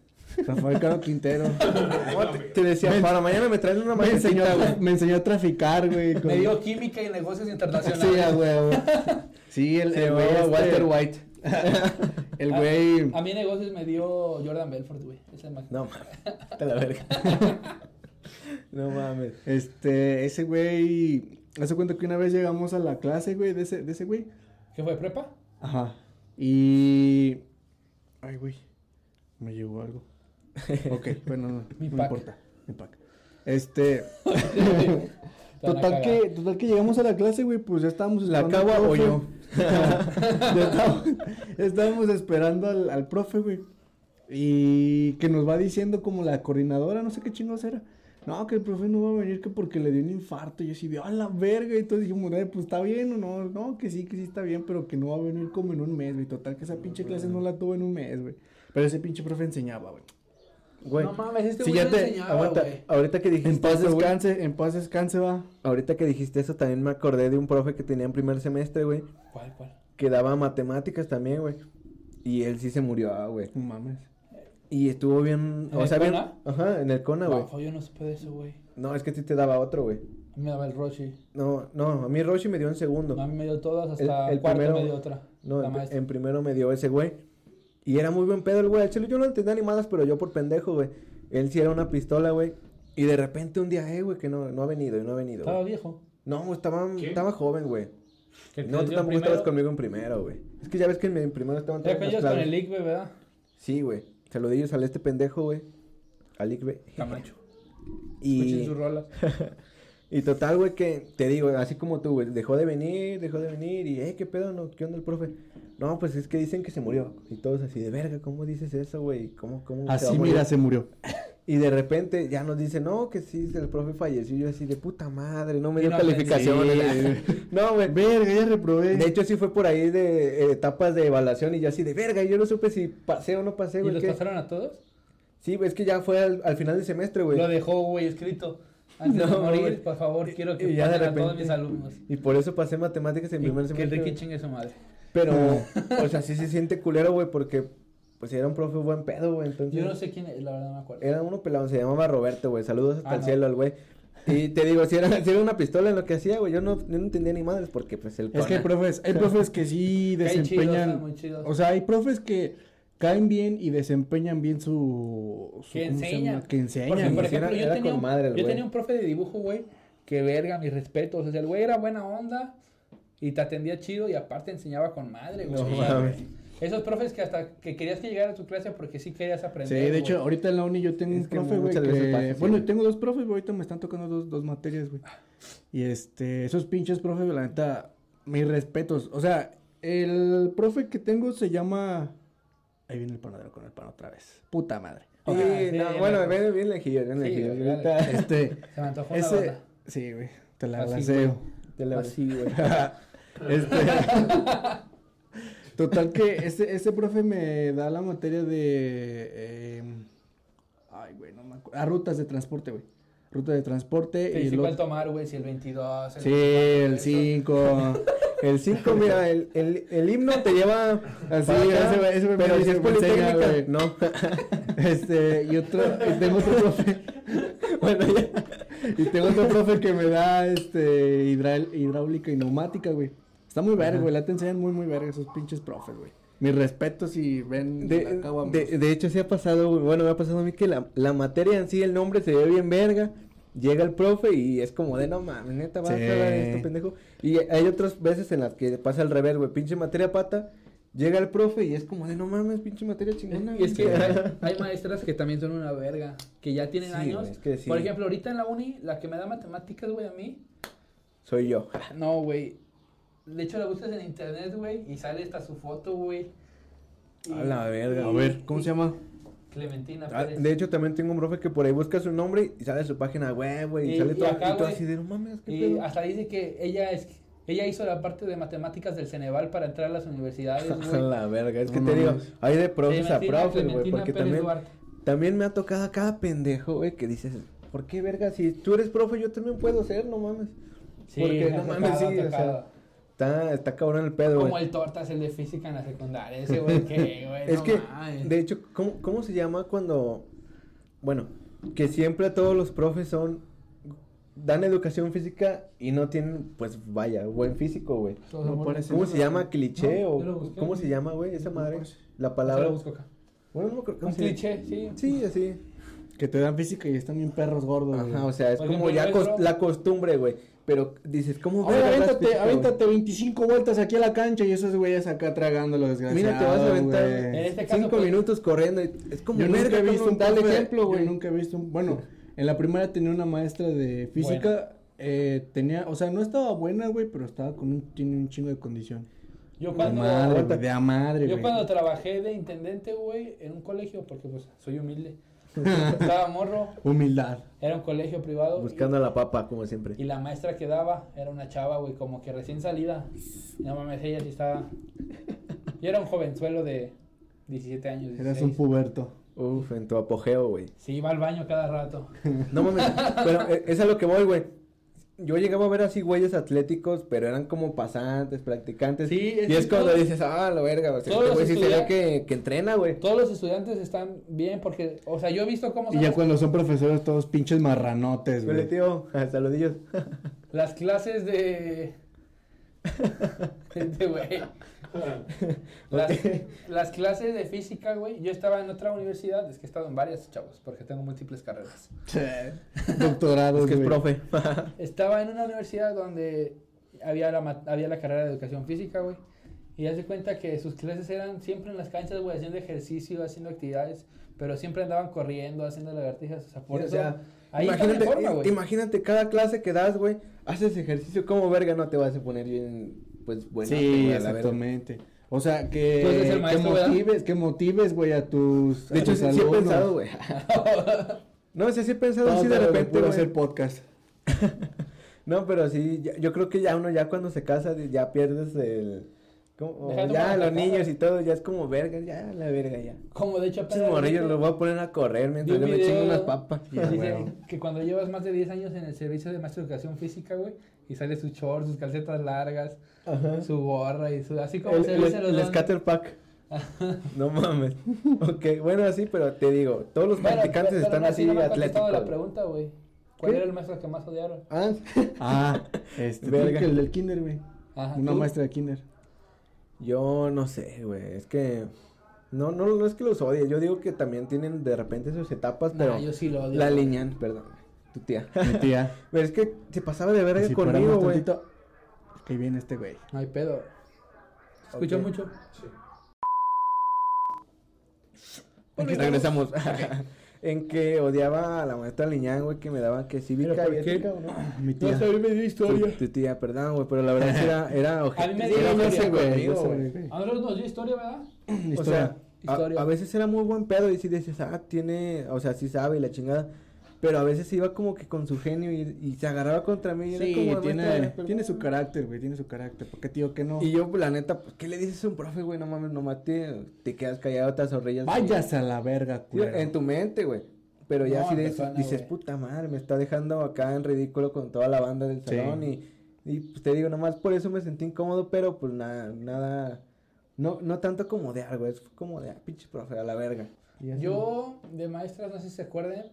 S1: Rafael Caro
S2: (laughs)
S1: Quintero.
S2: No, te, te decía,
S1: Ven.
S2: para mañana me traes una
S1: me, enseñó
S2: maletita,
S1: a,
S2: güey.
S1: me enseñó a traficar, güey. con-
S3: Me dio química y negocios internacionales.
S1: Sí, a huevo. Sí, el,
S2: Se
S1: el güey.
S2: llamaba
S1: este-
S2: Walter White.
S1: (laughs) El
S3: Ah,
S1: güey.
S3: A mí negocios me dio Jordan Belfort, güey. Esa imagen.
S2: No mames, (laughs) te la verga. no mames.
S1: Este, ese güey. Hace cuenta que una vez llegamos a la clase, güey, de ese, de ese güey.
S3: ¿Qué fue?
S2: (laughs)
S3: ¿Prepa?
S1: Ajá. Y. Ay, güey. Me llegó algo. Ok, bueno,
S2: (laughs)
S1: no.
S3: Mi
S1: no
S3: pack.
S1: importa. Mi pack. Este.
S3: Te van a
S1: Total
S3: cagar.
S1: que, total que llegamos a la clase, güey, pues ya estábamos
S2: ¿La
S1: esperando
S2: cagua
S1: al
S2: o
S1: profe.
S2: yo?
S1: (laughs) ya estábamos, estábamos esperando al, al profe, güey. Y que nos va diciendo como la coordinadora, no sé qué chingos era. No, que el profe no va a venir que porque le dio un infarto. Y yo así de, a la verga. Y entonces dijimos, "Eh, pues está bien o no. No, que sí, que sí está bien, pero que no va a venir como en un mes, güey. Total que esa pinche clase no la tuvo en un mes, güey. Pero ese pinche profe enseñaba, güey.
S2: Güey,
S3: No mames, este
S2: si
S3: güey
S2: ya
S3: no
S2: te.
S3: enseñaba,
S2: aguanta,
S3: güey.
S2: ahorita que dijiste.
S1: En paz
S2: eso, güey,
S1: descanse, en paz descanse, va.
S2: Ahorita que dijiste eso, también me acordé de un profe que tenía en primer semestre, güey.
S3: ¿Cuál, cuál?
S2: Que daba matemáticas también, güey. Y él sí se murió, ah, güey.
S1: No mames.
S2: Y estuvo bien.
S3: ¿En
S2: o
S3: el
S2: sea, bien.
S3: Cona?
S2: Ajá, en el Cona, güey.
S3: Bafo, yo no supe de eso, güey.
S2: No, es que a ti te daba otro, güey.
S3: A mí Me daba el Roshi.
S2: No, no, a mí Roshi me dio en segundo.
S3: No, a mí me dio todas,
S2: El-
S3: hasta
S2: el
S3: cuarto
S2: primero-
S3: me dio otra.
S2: No, em-
S3: la
S2: en,
S3: maestra.
S2: en primero me dio ese güey. Y era muy buen pedo el güey. Al chile yo no entendía ni malas, pero yo por pendejo, güey. Él sí era una pistola, güey. Y de repente un día, eh, güey, que no, no ha venido, y no ha venido.
S3: Estaba
S2: güey.
S3: viejo.
S2: No, estaba,
S4: ¿Qué?
S2: estaba joven, güey.
S3: Que
S2: No,
S3: te
S2: tú
S3: dio
S2: tampoco
S3: primero.
S2: estabas conmigo en primero, güey. Es que ya ves que en, mi- en primero estaban
S3: Ya
S2: todas
S3: que
S2: las
S3: ellos con
S2: clases.
S3: el ICBE, ¿verdad?
S2: Sí, güey. Se lo di yo, sale este pendejo, güey. Al Ick, güey.
S3: Camacho. Escuchen
S2: Y,
S3: sus rolas.
S2: y total, güey, que te digo, así como tú, güey. Dejó de venir, dejó de venir. Y, eh, qué pedo, no, qué onda el profe. No, pues es que dicen que se murió. Y todos así, de verga, ¿cómo dices eso, güey? ¿Cómo, cómo? se va a
S1: Así,
S2: morir?"
S1: mira, se murió.
S2: Y de repente ya nos dicen, no, que sí, el profe falleció. Y yo así, de puta madre, no me
S3: Y
S2: dio
S3: no
S2: calificaciones. (laughs) no, güey.
S1: Verga, ya reprobé.
S2: De hecho, sí fue por ahí de eh, etapas de evaluación y yo así de verga, yo no supe si pasé o no pasé,
S3: ¿Y
S2: güey.
S3: los
S2: que-
S3: pasaron a todos?
S2: Sí, güey, es que ya fue al, al final del semestre, güey.
S3: Lo dejó, güey, escrito. Antes
S2: pues No,
S3: de morir,
S2: güey.
S3: por favor, quiero que
S2: Y ya de
S3: pasen a todos
S2: repente-
S3: mis alumnos.
S2: Y por eso pasé matemáticas en
S3: Y
S2: primer
S3: que
S2: semestre.
S3: Ricky
S2: güey.
S3: chingue su madre.
S2: Pero,
S3: Ah.
S2: o sea, sí se siente culero, güey, porque pues era un profe buen pedo, güey. Entonces,
S3: Yo no sé quién es, la verdad no me acuerdo.
S2: Era uno pelado, se llamaba Roberto, güey. Saludos hasta
S3: Ah,
S2: el
S3: no.
S2: cielo al güey. Y te digo, si era, (laughs) si era una pistola en lo que hacía, güey. Yo no, yo no entendía ni madres porque, pues, el
S1: Es que hay
S2: Cona-
S1: profes, hay profes que sí
S3: Caen chidos,
S1: desempeñan.
S3: ah, muy chidos.
S1: o sea, hay profes que caen bien y desempeñan bien su. su-
S3: Que
S1: ¿cómo se
S3: enseñan.
S1: llama? Que
S3: Porque,
S1: enseñan.
S3: por
S2: Sí, era-
S3: ejemplo, yo,
S2: era
S3: tenía
S2: con
S3: un,
S2: madre
S3: yo
S2: el güey.
S3: tenía un profe de dibujo, güey, que verga, mis respetos. O sea, el güey era buena onda y te atendía chido y aparte enseñaba con madre, güey.
S2: No
S3: O sea,
S2: mames.
S3: Esos profes que hasta que querías que llegara a tu clase porque sí querías
S1: Sí,
S3: aprender.
S1: de
S3: güey.
S1: hecho, ahorita en la uni yo tengo un
S2: Es que
S1: profe, güey.
S2: muchas veces
S1: que-
S2: pasa, sí,
S1: Bueno,
S2: güey.
S1: tengo dos profes, güey. Ahorita me están tocando dos, dos materias, güey. Y este, esos pinches profes, la neta, mis respetos. O sea, el profe que tengo se llama. Ahí viene el panadero con el pan otra vez. Puta madre.
S2: Sí,
S3: Ah, sí,
S2: no,
S3: ya
S2: bueno,
S3: me-
S2: bien, bien lejillo, bien
S3: Sí,
S2: lejillo.
S3: güey,
S2: Ahorita-
S3: (laughs)
S1: Este,
S3: se me antojó una
S1: ese.
S3: dona.
S1: Sí, güey. Te la
S3: Así,
S1: lanceo.
S2: Te la-
S3: Así, güey.
S1: Este, total que este, este profe me da la materia de... eh, ay, güey, no me acuerdo. Ah, rutas de transporte, güey. Rutas de transporte.
S3: Te
S1: y
S3: dice
S1: lo-
S3: cuál tomar, güey, si el 22. el-
S1: Sí, el 5.
S2: El 5, (laughs) mira, el, el, el himno te lleva
S1: Así,
S2: para acá,
S1: ese güey- ese güey me
S2: pero si
S1: dice,
S2: es
S1: me enseña,
S2: politécnica,
S1: güey.
S2: no.
S1: Este, y otro, y tengo otro profe. (laughs) Bueno, ya. Y tengo otro profe que me da, este, hidral- hidráulica y neumática, güey. Está muy verga, güey. La te enseñan muy, muy verga esos pinches profes, güey. Mis respetos y ven
S2: De,
S1: la caguama.
S2: de- de hecho, sí ha pasado, güey. Bueno, me ha pasado a mí que la, la materia en sí, el nombre se ve bien verga. Llega el profe y es como de no mames, neta, vas a
S1: Sí.
S2: hablar de esto, pendejo. Y hay otras veces en las que pasa al revés, güey. Pinche materia pata. Llega el profe y es como de no mames, pinche materia chingona.
S3: (laughs) Y es que
S2: güey".
S3: hay, hay maestras que también son una verga, que ya tienen
S2: Sí,
S3: años.
S2: güey, es que sí.
S3: Por ejemplo, ahorita en la uni, la que me da matemáticas, güey, a mí.
S2: (laughs) Soy yo.
S3: No, güey. De hecho, la buscas en internet, güey, y sale hasta su foto, güey. Y-
S2: A la verga.
S1: A ver, ¿cómo se llama?
S3: Clementina
S2: Ah,
S3: Pérez.
S2: de hecho, también tengo un profe que por ahí busca su nombre y sale su página web, güey. Y,
S3: Y-
S2: sale
S3: y
S2: todo,
S3: acá,
S2: y todo
S3: güey.
S2: así de no mames, qué
S3: y
S2: pedo".
S3: hasta dice que ella es ella hizo la parte de matemáticas del Ceneval para entrar a las universidades,
S2: (laughs) (laughs) A
S3: güey.
S2: la verga, es
S1: No
S2: que te digo,
S1: mames.
S2: hay de profes a
S3: Clementina-
S2: profes, güey,
S3: Clementina
S2: porque
S3: Pérez
S2: también,
S3: Duarte.
S2: también me ha tocado a cada pendejo, güey, que dices, ¿por qué verga? Si tú eres profe, yo también puedo ser, no mames.
S3: Sí,
S2: Porque, no
S3: ha
S2: mames,
S3: tocado,
S2: sí,
S3: ha
S2: o sea,
S3: tocado.
S2: Está, está cabrón el pedo,
S3: Como
S2: güey.
S3: el tortas, el de física en la secundaria.
S2: (laughs)
S3: Ese güey que, güey.
S2: Es
S3: no
S2: que,
S3: mames.
S2: de hecho, ¿cómo, ¿cómo se llama cuando... Bueno, que siempre a todos los profes son... Dan educación física y no tienen, pues vaya, buen físico, güey.
S3: Todos
S1: no
S3: somos-
S1: parece-
S2: ¿Cómo
S1: Sí,
S2: se
S1: no,
S2: llama? ¿Cliché
S3: no,
S2: o
S3: yo lo busqué.
S2: cómo se llama, güey? Esa
S1: No,
S2: madre.
S1: pues,
S2: La
S3: Yo
S2: palabra...
S3: lo busco acá.
S2: Bueno, no me acuerdo.
S3: Un
S2: cómo se-
S3: cliché, sí.
S2: Sí, así.
S1: Que te dan física y están bien perros gordos, güey.
S2: Ajá, o sea, es
S3: Por
S2: como
S3: ejemplo,
S2: ya
S3: el
S2: cos-
S3: otro-
S2: la costumbre, güey. Pero dices, ¿cómo
S1: Ahora
S2: verga das
S1: avéntate,
S2: física, güey?
S1: avéntate 25 vueltas aquí a la cancha y esos güeyes acá tragando los desgraciados.
S2: Mira, te vas a aventar
S1: güey.
S3: En este caso,
S2: cinco
S3: pues-
S2: minutos corriendo. y- Es como
S1: Yo nunca
S2: verga,
S1: he visto
S2: cabrón,
S1: un
S2: tal
S1: profe-
S2: ejemplo, güey.
S1: Yo nunca he visto un. Bueno, en la primaria tenía una maestra de física. eh, tenía, o sea, no estaba buena, güey, pero estaba con un, tiene un chingo de condición.
S3: Yo
S1: de
S3: cuando,
S1: madre, güey, de a madre,
S3: yo
S1: güey.
S3: cuando trabajé de intendente, güey, en un colegio, porque pues soy humilde. Estaba morro,
S1: Humildad.
S3: era un colegio privado.
S2: Buscando a la papa, como siempre.
S3: Y la maestra que daba era una chava, güey, como que recién salida. No mames, ella sí estaba. Yo era un jovenzuelo de 17 años.
S1: Eras
S3: 16.
S1: un puberto.
S2: Uf, en tu apogeo, güey.
S3: Sí, iba al baño cada rato.
S2: (laughs) No mames, pero eh, es a lo que voy, güey. Yo llegaba a ver así güeyes atléticos, pero eran como pasantes, practicantes.
S3: Sí, es
S2: y es
S3: que
S2: cuando
S3: todo-
S2: dices, ah, la verga, o sea,
S3: todos
S2: este
S3: los
S2: güey sí se ve
S3: estudian-
S2: que, que entrena, güey.
S3: Todos los estudiantes están bien porque, o sea, yo he visto cómo
S1: Y
S3: son
S1: ya
S3: las,
S1: cuando son profesores, todos pinches marranotes,
S2: Huele,
S1: güey.
S2: tío, saludillos.
S3: las clases de... de güey. Las, las clases de física, güey. Yo estaba en otra universidad, es que he estado en varias, chavos, porque tengo múltiples carreras.
S1: Doctorado,
S2: (laughs) es que es profe.
S3: Estaba en una universidad donde había la, ma- había la carrera de educación física, güey. Y haz de cuenta que sus clases eran siempre en las canchas, güey, haciendo ejercicio, haciendo actividades, pero siempre andaban corriendo, haciendo lagartijas. O sea, por
S2: O
S3: eso.
S2: sea,
S3: ahí está
S2: imagínate,
S3: mi forma, güey.
S2: imagínate cada clase que das, güey, haces ejercicio, como verga no te vas a poner bien, pues bueno,
S1: sí, exactamente. O sea, que,
S3: Tú eres el
S1: que
S3: maestro, ¿verdad?
S1: motives, que motives, güey, a tus.
S2: De
S1: a
S2: hecho,
S1: tus
S2: sí, sí he
S1: alumnos.
S2: pensado, güey. (laughs) No, sí, sí he pensado
S1: No,
S2: así de
S1: pero
S2: repente,
S1: puro
S2: güey.
S1: hacer podcast.
S2: No, pero sí, ya- yo creo que ya uno ya cuando se casa di- ya pierdes el... ¿cómo? O
S3: Deja de
S2: Ya
S3: tomar
S2: los
S3: la cara.
S2: niños y todo, ya es como verga, ya la verga, ya.
S3: Como de hecho
S2: Estos
S3: apenas
S2: morrillos
S3: vi-
S2: los voy a poner a correr
S3: vi
S2: mientras
S3: un
S2: yo me
S3: video
S2: chingo unas papas.
S3: que dice
S1: huevo.
S3: que cuando llevas más de 10 años en el servicio de maestro de educación física, güey, y sale sus shorts, sus calcetas largas,
S2: Ajá.
S3: su gorra y su. Así como
S2: El,
S3: se
S2: el-
S3: visten los
S2: el
S3: don-
S2: scatter pack. No mames. (laughs) Ok, bueno, así, pero te digo, todos los
S3: Bueno,
S2: practicantes
S3: pero
S2: están
S3: aún
S2: así
S3: no me han contestado
S2: atléticos.
S3: la
S2: güey.
S3: pregunta, güey. ¿Cuál
S2: ¿Qué?
S3: era el maestro que más odiaron?
S2: Ah, (laughs)
S1: Ah, este.
S2: Verga. Ah,
S1: que El del Kinder, güey.
S3: Ajá,
S1: Una
S3: ¿tú?
S1: maestra de Kinder.
S2: yo no sé, güey, es que... No, no, no es que los odie, yo digo que también tienen de repente sus etapas,
S3: Nah,
S2: pero
S3: yo sí lo odio.
S2: la
S3: güey.
S2: alinean, perdón, tu tía. (laughs)
S1: Mi tía. (laughs)
S2: Pero es que se pasaba de verga
S1: Si
S2: conmigo,
S1: paramos
S2: güey.
S1: tantito, Que viene este güey.
S3: No hay pedo. Escucho
S2: Ok.
S3: mucho.
S4: Sí.
S2: Aquí regresamos. (laughs) en que odiaba a la maestra Liñán, güey, que me daba que cívica y ética, ¿o no?
S1: (clears throat) Mi tía.
S4: media
S2: Tu, tu tía, perdón, güey, pero la verdad sí era, era
S3: (laughs)
S2: oje-
S3: A mí me
S2: sí era
S3: dio
S2: ojete
S3: ese,
S1: güey,
S2: conmigo,
S1: ese,
S2: güey.
S1: güey.
S3: A nosotros nos dio historia, ¿verdad?
S2: O sea, a-
S3: Historia.
S2: a, veces era muy buen pedo y si decías, ah, tiene, o sea, sí sabe y la chingada. Pero a veces iba como que con su genio y, y se agarraba contra mí. y era
S1: Sí,
S2: como,
S1: tiene,
S2: "Maestra, perdón".
S1: tiene su carácter, güey, tiene su carácter. ¿Por qué tío que no?
S2: Y yo, pues, la neta, pues, ¿qué le dices a un profe, güey? No mames, nomás te, te quedas callado, te azorrillas.
S1: Váyase a la verga,
S2: Sí,
S1: culero.
S2: en tu mente, güey. Pero ya
S3: No,
S2: si
S3: en
S2: de-
S3: persona,
S2: dices,
S3: güey.
S2: puta madre, me está dejando acá en ridículo con toda la banda del
S1: Sí.
S2: salón. Y, y pues, te digo, nomás por eso me sentí incómodo, pero pues nada, nada. No, no tanto como de algo, es como de, ah, pinche profe, a la verga. Y así.
S3: Yo, de maestras, no sé si se acuerdan,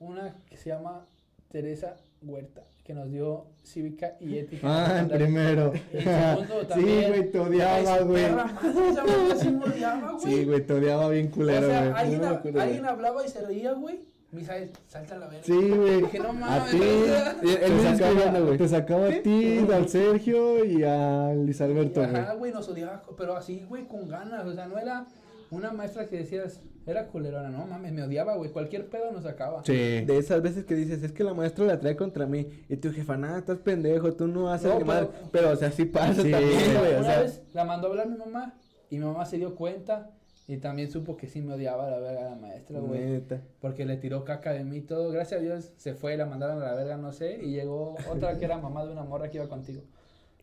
S3: una que se llama Teresa Huerta, que nos dio cívica y ética.
S1: Ah, en
S3: Andar-
S1: primero.
S3: Y segundo
S1: (laughs) sí,
S3: también.
S1: güey, te odiaba,
S3: Ay, su
S1: güey.
S3: perra madre, esa madre sí me odiaba, güey.
S1: Sí, güey, te odiaba bien culero,
S3: o
S1: güey.
S3: sea,
S1: No
S3: alguien,
S1: me
S3: hab-
S1: acuerdo,
S3: alguien
S1: güey.
S3: hablaba y se reía, güey. Misael, salta a la verga.
S1: Sí, güey.
S3: Dije, no
S1: A
S3: mames, (laughs)
S1: ti.
S3: ¿verdad?
S2: Y él
S1: Te
S2: me
S1: sacaba,
S2: escribiendo, güey.
S1: te sacaba a ti, al Sergio y a Luis Alberto, güey.
S3: Ajá, güey, nos odiaba, co- pero así, güey, con ganas. O sea, no era una maestra que decías, era culerona, no mames, me odiaba, güey. Cualquier pedo nos sacaba.
S1: Sí.
S2: De esas veces que dices, es que la maestra la trae contra mí. Y tu jefa, nada, estás pendejo, tú no haces
S3: No,
S2: ni madre.
S3: pero-
S2: Pero, o sea, sí pasa
S1: Sí.
S2: también,
S3: Una
S2: güey. O sea,
S3: vez la mandó a hablar mi mamá y mi mamá se dio cuenta y también supo que sí me odiaba la verga la maestra, güey.
S2: neta.
S3: Porque le tiró caca de mí y todo. Gracias a Dios se fue, la mandaron a la verga, no sé. Y llegó otra que era mamá de una morra que iba contigo.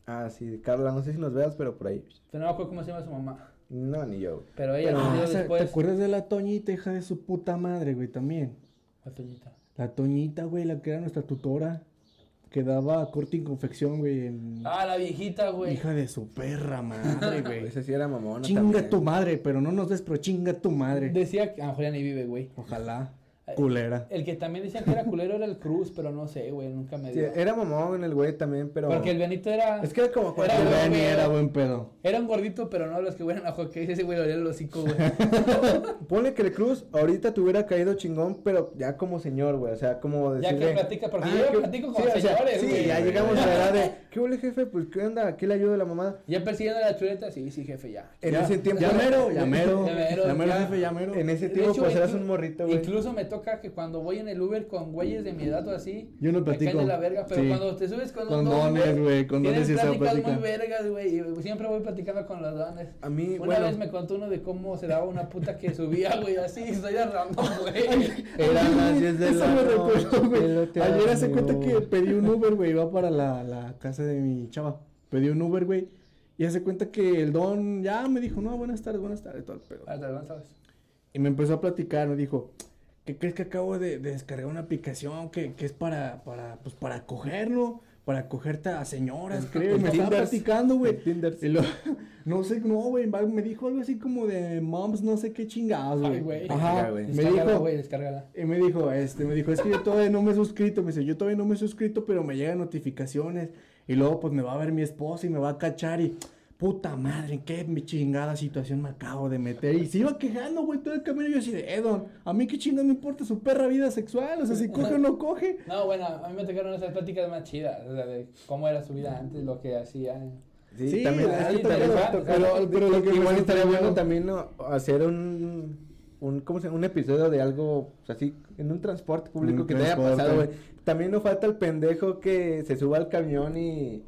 S2: Ah, sí, Carla, no sé si nos veas, pero por ahí.
S3: Pero no me acuerdo cómo se llama su mamá.
S2: No, ni yo. güey.
S3: Pero ella
S1: Ah,
S3: nos dio
S1: o sea, ¿Te
S3: después.
S1: acuerdas de la Toñita, hija de su puta madre, güey, también?
S3: La Toñita.
S1: La Toñita, güey, la que era nuestra tutora. que daba corte y confección, güey. en-
S3: Ah, la viejita, güey.
S1: Hija de su perra madre,
S3: (laughs)
S1: güey.
S2: Esa sí era mamona.
S1: chinga
S2: también.
S1: tu madre, pero no nos des, pero chinga tu madre.
S3: Decía que. Ah, Julián y vive, güey.
S1: Ojalá.
S3: Ay.
S1: Culera.
S3: El que también decían que era culero era el Cruz, pero no sé, güey. Nunca me
S2: Sí,
S3: dio.
S2: era mamón el güey también, pero.
S3: Porque el Benito era.
S2: Es que era como
S3: Era
S1: El
S3: buen
S1: Benny
S3: pedo.
S1: era buen pedo.
S3: Era un gordito, pero no los que huelen a hockey. Ese güey le olía el hocico, güey.
S2: Ponle que el Cruz ahorita te hubiera caído chingón, pero ya como señor, güey. O sea, como
S3: Ya
S2: decirle...
S3: que platica, porque
S2: Ah,
S3: yo ya
S2: que-
S3: platico con
S2: sí, o sea,
S3: señores,
S2: sí,
S3: güey.
S2: ya llegamos a la
S3: (laughs)
S2: edad de... ¿Qué huele, jefe? Pues, ¿qué onda? ¿Aquí le ayudo a la mamá?
S3: Ya persiguiendo la chuleta, sí, sí, jefe, ya.
S2: En
S1: Ya-
S2: ese tiempo...
S1: Ya mero,
S2: (laughs)
S1: ya
S2: en-
S1: mero.
S3: Ya mero,
S1: Ya mero,
S3: ya.
S1: jefe, ya mero.
S2: En ese
S3: De
S2: tiempo,
S3: hecho,
S2: pues, eras
S3: inclu-
S2: un morrito, güey.
S3: Incluso me toca que cuando voy en el Uber con güeyes de mi edad o así,
S1: Yo no
S3: me caen
S1: platico.
S3: de la verga, pero
S1: Sí.
S3: cuando te subes con,
S1: Con
S3: un don,
S1: dones, güey, con
S3: tienes
S1: dones y esa
S3: pláticas
S1: plática.
S3: muy vergas, güey, y siempre voy platicando con los dones.
S2: A mí,
S3: Una
S2: bueno...
S3: vez me contó uno de cómo se daba una puta que subía, güey, así, estoy random, güey.
S2: (laughs) Era las 10
S1: (laughs)
S2: de
S1: Eso
S2: la
S1: me
S2: noche,
S1: recuerdo,
S2: lo
S1: güey.
S2: te
S1: Ayer hace
S2: amigo.
S1: cuenta que pedí un Uber, güey. Iba para la, la casa de mi chava. Pedí un Uber, güey. Y hace cuenta que el don ya me dijo, no, buenas tardes, buenas tardes, todo el pedo.
S3: Hasta luego, ¿sabes?
S1: Y me empezó a platicar, me dijo, ¿qué crees que acabo de, de descargar una aplicación que, que es para, para, pues, para cogerlo? Para cogerte a señoras, creo. Y me estaba
S2: Tinders.
S1: platicando, güey.
S2: Tinders.
S1: Y lo- (laughs) no sé, no, güey. Me dijo algo así como de moms, no sé qué chingados,
S3: Ay,
S1: güey.
S3: güey.
S1: Ajá.
S2: Ya, güey.
S1: Me
S3: Descárgala,
S1: dijo,
S3: güey, descárgala.
S1: y me dijo, este, me dijo, es que yo todavía no me he suscrito. Me dice, yo todavía no me he suscrito, pero me llegan notificaciones. Y luego, pues, me va a ver mi esposa y me va a cachar y... Puta madre, ¿en qué mi chingada situación me acabo de meter. Y se iba quejando, güey, todo el camino. Y Yo así de, Edon, a mí qué chingada me importa su perra vida sexual. O sea, si coge o no coge.
S3: No, bueno, a mí me tocaron esas pláticas más chidas, o sea, de cómo era su vida antes, lo que hacía.
S2: Sí,
S1: Sí,
S2: también,
S1: la
S2: sí,
S1: neta,
S2: también
S3: pero-
S2: me ha tocado.
S1: pero- pero lo que me
S2: igual estaría
S1: sorprendió-
S2: bueno también ¿no? hacer un, un, ¿cómo se llama? un episodio de algo o sea, así, en un transporte público
S1: Un
S2: que te haya
S1: transporte.
S2: pasado, güey. También no falta el pendejo que se suba al camión y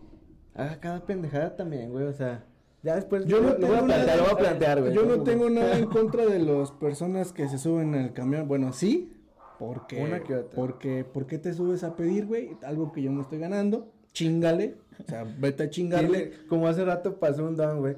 S2: haga cada pendejada también, güey, o sea, ya después
S1: Yo no
S2: lo, lo voy a
S1: tengo
S2: plantear,
S1: nada-
S2: lo voy a plantear, güey.
S1: Yo no tengo nada en contra de las personas que se suben al camión. Bueno, sí. Porque,
S2: Una que otra.
S1: porque, ¿por qué te subes a pedir, güey? Algo que yo no estoy ganando. Chingale. O sea, vete a chingarle.
S2: Tiene- como hace rato pasó un don, güey.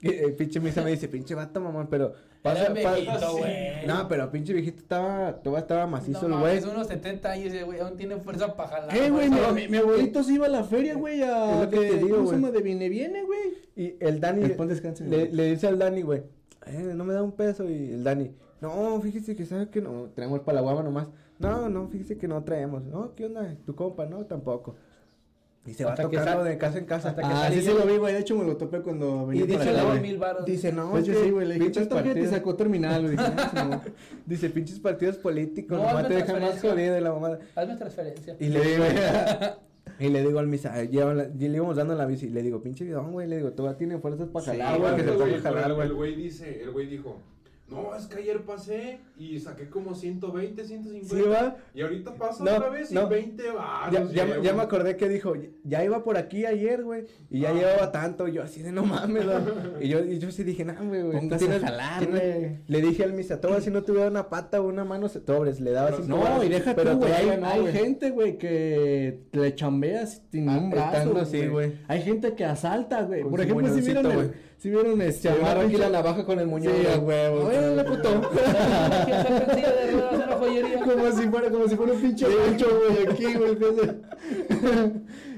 S2: que, eh, pinche misa me dice, pinche vato, mamón, pero... Pasa,
S3: Era
S2: pa-
S3: viejito, güey.
S2: No, pero pinche viejito estaba, todavía estaba macizo el güey.
S3: mames, unos 70 años, ese güey, aún tiene fuerza para jalar.
S1: Eh, güey,
S3: no,
S1: mi, mi abuelito se iba a la feria, güey, a...
S2: Es lo que te
S1: de-
S2: digo,
S1: ¿cómo se
S2: güey.
S1: llama? De viene, viene, güey.
S2: Y el Dani
S1: El pan descanse,
S2: le,
S1: güey.
S2: le dice al Dani, güey, "Eh, no me da un peso. Y el Dani, no, fíjese que sabe que no, traemos para la guava nomás. No, no, fíjese que no traemos. No, ¿qué onda? ¿Tu compa? No, tampoco. Y se va
S3: Hasta que
S2: tocando
S3: sal-
S2: de casa en casa.
S3: hasta que
S1: Ah, sí,
S3: salí
S1: sí
S3: yo.
S1: lo vi, güey. De hecho, me lo topé cuando venía
S2: y
S1: para
S2: dice, Pues
S3: le
S1: acá,
S3: daban
S1: güey.
S3: mil varos.
S2: dice, no,
S1: De hecho,
S2: es que
S1: Pues sí, güey. Le dije,
S2: pinches
S1: "Tanto gente
S2: partidos-
S1: sacó terminal. Le dije, "Ah, no".
S2: pues, Dice, pinches partidos políticos,
S3: No,
S2: nomás
S3: hazme
S2: te dejan más
S3: transferencia.
S2: jodido de la mamada.
S3: Hazme transferencia. (laughs)
S2: Y le
S1: (laughs)
S2: digo, y le digo al misa, llevan la- y le íbamos dando la bici. Y le digo, pinche bidón, güey. Le digo, todavía tiene fuerzas para
S1: Sí,
S2: jalar,
S1: Ah,
S2: güey.
S1: bueno,
S2: Que se
S4: Pero,
S2: ponga a
S4: güey,
S2: jalar,
S4: pero
S2: güey.
S4: El güey dice, el güey dijo, no, es que ayer pasé y saqué como 120, 150.
S2: Sí, va.
S4: Y ahorita paso
S2: No,
S4: otra vez
S2: no.
S4: y 20 va.
S1: Ah,
S2: Ya, ya, me- ya me acordé que dijo, ya iba por aquí ayer, güey, y ya
S4: Ah.
S2: llevaba tanto, y yo así de no mames, güey. y yo, y yo sí dije, no, güey, güey, tú
S1: Póngase a jalar,
S2: tienes-"
S1: güey.
S2: Le dije al misa, "Toma, si no tuviera una pata o una mano, se sobres, le daba
S4: Pero
S1: (laughs)
S2: cinco
S1: No,
S2: varos,
S1: y deja
S2: pero
S1: tú, güey.
S2: todavía
S1: Hay,
S2: no,
S1: hay
S2: güey.
S1: gente, güey, que le chambeas sin
S2: Ah,
S1: un brazo,
S2: estando así, güey.
S1: Hay gente que asalta, güey.
S2: Con
S1: Por
S2: su
S1: ejemplo, si
S2: muñoncito,
S1: vieron, el,
S2: güey.
S1: si vieron
S2: Se
S1: este...
S2: amarra
S1: una
S2: aquí
S1: pinche-
S2: la navaja con el muñón,
S1: Sí,
S2: güey,
S1: a huevo.
S2: A ver, la puto. (laughs)
S3: Que se de ruedas en la joyería.
S1: (laughs) Como si fuera, como si fuera un pinche gancho,
S2: (laughs)
S1: güey, aquí, güey. fíjate.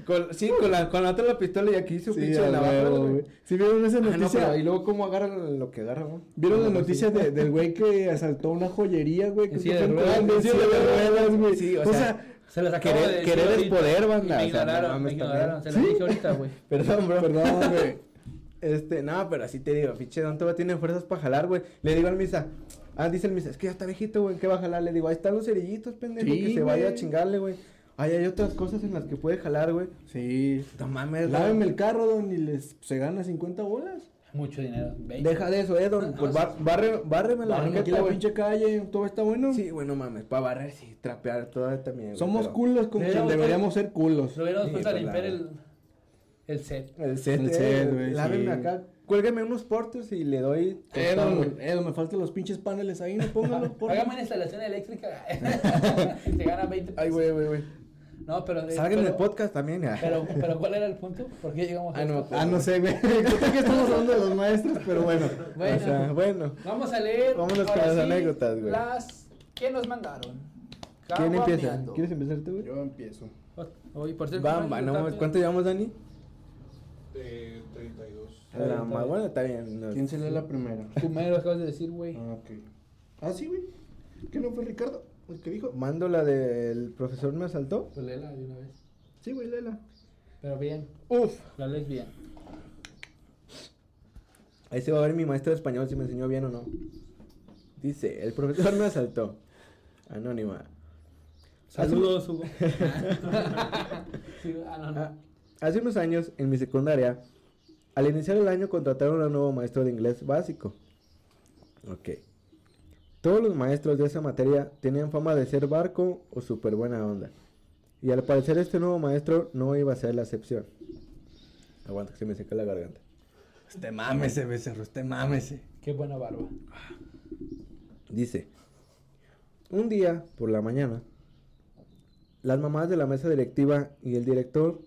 S2: Con- sí, con la, con la otra la pistola y aquí su
S1: Sí,
S2: pinche
S1: a
S2: navaja,
S1: huevo,
S2: güey.
S1: güey. Si vieron esa
S2: Ah, no,
S1: noticia...
S2: pero, y luego cómo agarran lo que agarran, güey.
S1: ¿Vieron la
S2: Como
S1: noticia
S2: así.
S1: de- del güey que asaltó una joyería, güey?
S3: En
S1: Que
S3: silla
S1: fue
S3: de
S1: en
S3: ruedas.
S1: Tailandia, en
S2: Sí,
S1: silla de
S2: güey.
S1: ruedas, güey.
S2: Sí, o
S1: o,
S2: sea,
S1: sea,
S3: Se los acabo
S2: Querer-
S3: de decir
S2: querer es
S3: ahorita.
S2: poder,
S3: Y
S2: banda,
S3: Me
S2: o sea, no
S3: ignoraron, me
S2: mames,
S3: ignoraron. Se
S2: también.
S3: los dije ahorita, güey.
S2: Perdón,
S1: (laughs)
S2: bro.
S1: perdón, güey.
S2: (laughs) Este, no, pero así te digo, pinche Don todavía tiene fuerzas para jalar, güey. Le digo al misa, ah, dice el misa, es que ya está viejito, güey, ¿en ¿qué va a jalar? Le digo, ahí están los cerillitos, pendejo,
S1: Sí,
S2: que se vaya a
S1: güey.
S2: chingarle, güey. Ay, hay otras cosas en las que puede jalar, güey.
S1: Sí.
S2: No mames,
S1: Láveme
S2: don.
S1: el carro, don, y les se gana 50 bolas.
S3: Mucho dinero. veinte.
S2: Deja de eso, eh,
S1: Ah,
S2: don. Pues bar- barre, bárreme la
S1: Bájame aquí
S2: banqueta,
S1: la
S2: güey.
S1: pinche calle, todo está bueno.
S2: Sí, güey, no mames, para barrer, sí, trapear todavía también, güey,
S1: Somos
S2: pero-
S1: culos como
S3: Deberíamos
S1: quien deberíamos ser culos.
S3: Lo hubiéramos
S2: Sí,
S3: puesto a
S2: pues,
S3: limpiar
S2: la-
S3: el, el set.
S2: El set,
S1: El
S2: eh,
S1: set, güey,
S2: Láveme
S1: sí.
S2: acá, cuélgame unos porters y le doy...
S1: Eh,
S2: tostón, güey.
S1: don, eh, don, me faltan los pinches paneles ahí, no
S3: (laughs)
S1: póngalo, por
S3: Hágame una instalación
S2: (laughs)
S3: eléctrica. Te ganan 20
S2: Ay,
S3: pesos.
S2: güey, güey, güey.
S3: No, pero.
S2: Salgan del
S3: pero-
S2: podcast también, ah.
S3: Pero, pero ¿cuál era el punto? ¿Por qué llegamos a
S2: (laughs) Ah, no,
S3: esto?
S1: Ah, no sé,
S2: (laughs)
S1: güey. Creo que estamos hablando de los maestros, pero bueno.
S3: Bueno,
S2: O sea, bueno.
S3: vamos a leer.
S2: Vámonos
S3: ahora
S2: con las anécdotas, güey.
S3: Las que nos mandaron.
S2: ¿Quién empieza?
S3: Caguameando.
S2: ¿Quieres empezar tú, güey?
S1: Yo empiezo.
S3: Oye, por cierto,
S2: Bamba,
S3: Mario
S2: no mames,
S3: Tapia.
S2: ¿cuánto llevamos, Dani?
S4: Eh, 32.
S1: A ver,
S2: La
S1: está
S2: ma-
S1: bien.
S2: Bueno, está bien. no.
S1: ¿Quién se lee la primera?
S3: Tú me lo acabas de decir, güey.
S1: Ah, ok. Ah, sí, güey. ¿Qué no fue Ricardo? ¿El que dijo?
S2: Mando la del profesor me asaltó.
S3: Pues léela de una vez.
S1: Sí, güey, léela.
S3: Pero bien,
S1: Uf.
S3: la lees bien.
S2: Ahí se va a ver mi maestro de español si me enseñó bien o no. Dice, el profesor me asaltó. Anónima.
S3: Saludos, Hugo. (laughs) Sí, ah, no, no.
S2: Ah, Hace unos años, en mi secundaria, al iniciar el año contrataron a un nuevo maestro de inglés básico. Ok. Todos los maestros de esa materia tenían fama de ser barco o súper buena onda. Y al parecer este nuevo maestro no iba a ser la excepción. Aguanta, que se me seca la garganta.
S1: Este mámese, becerro, este mámese.
S3: Qué buena barba.
S2: Dice, un día por la mañana, las mamás de la mesa directiva y el director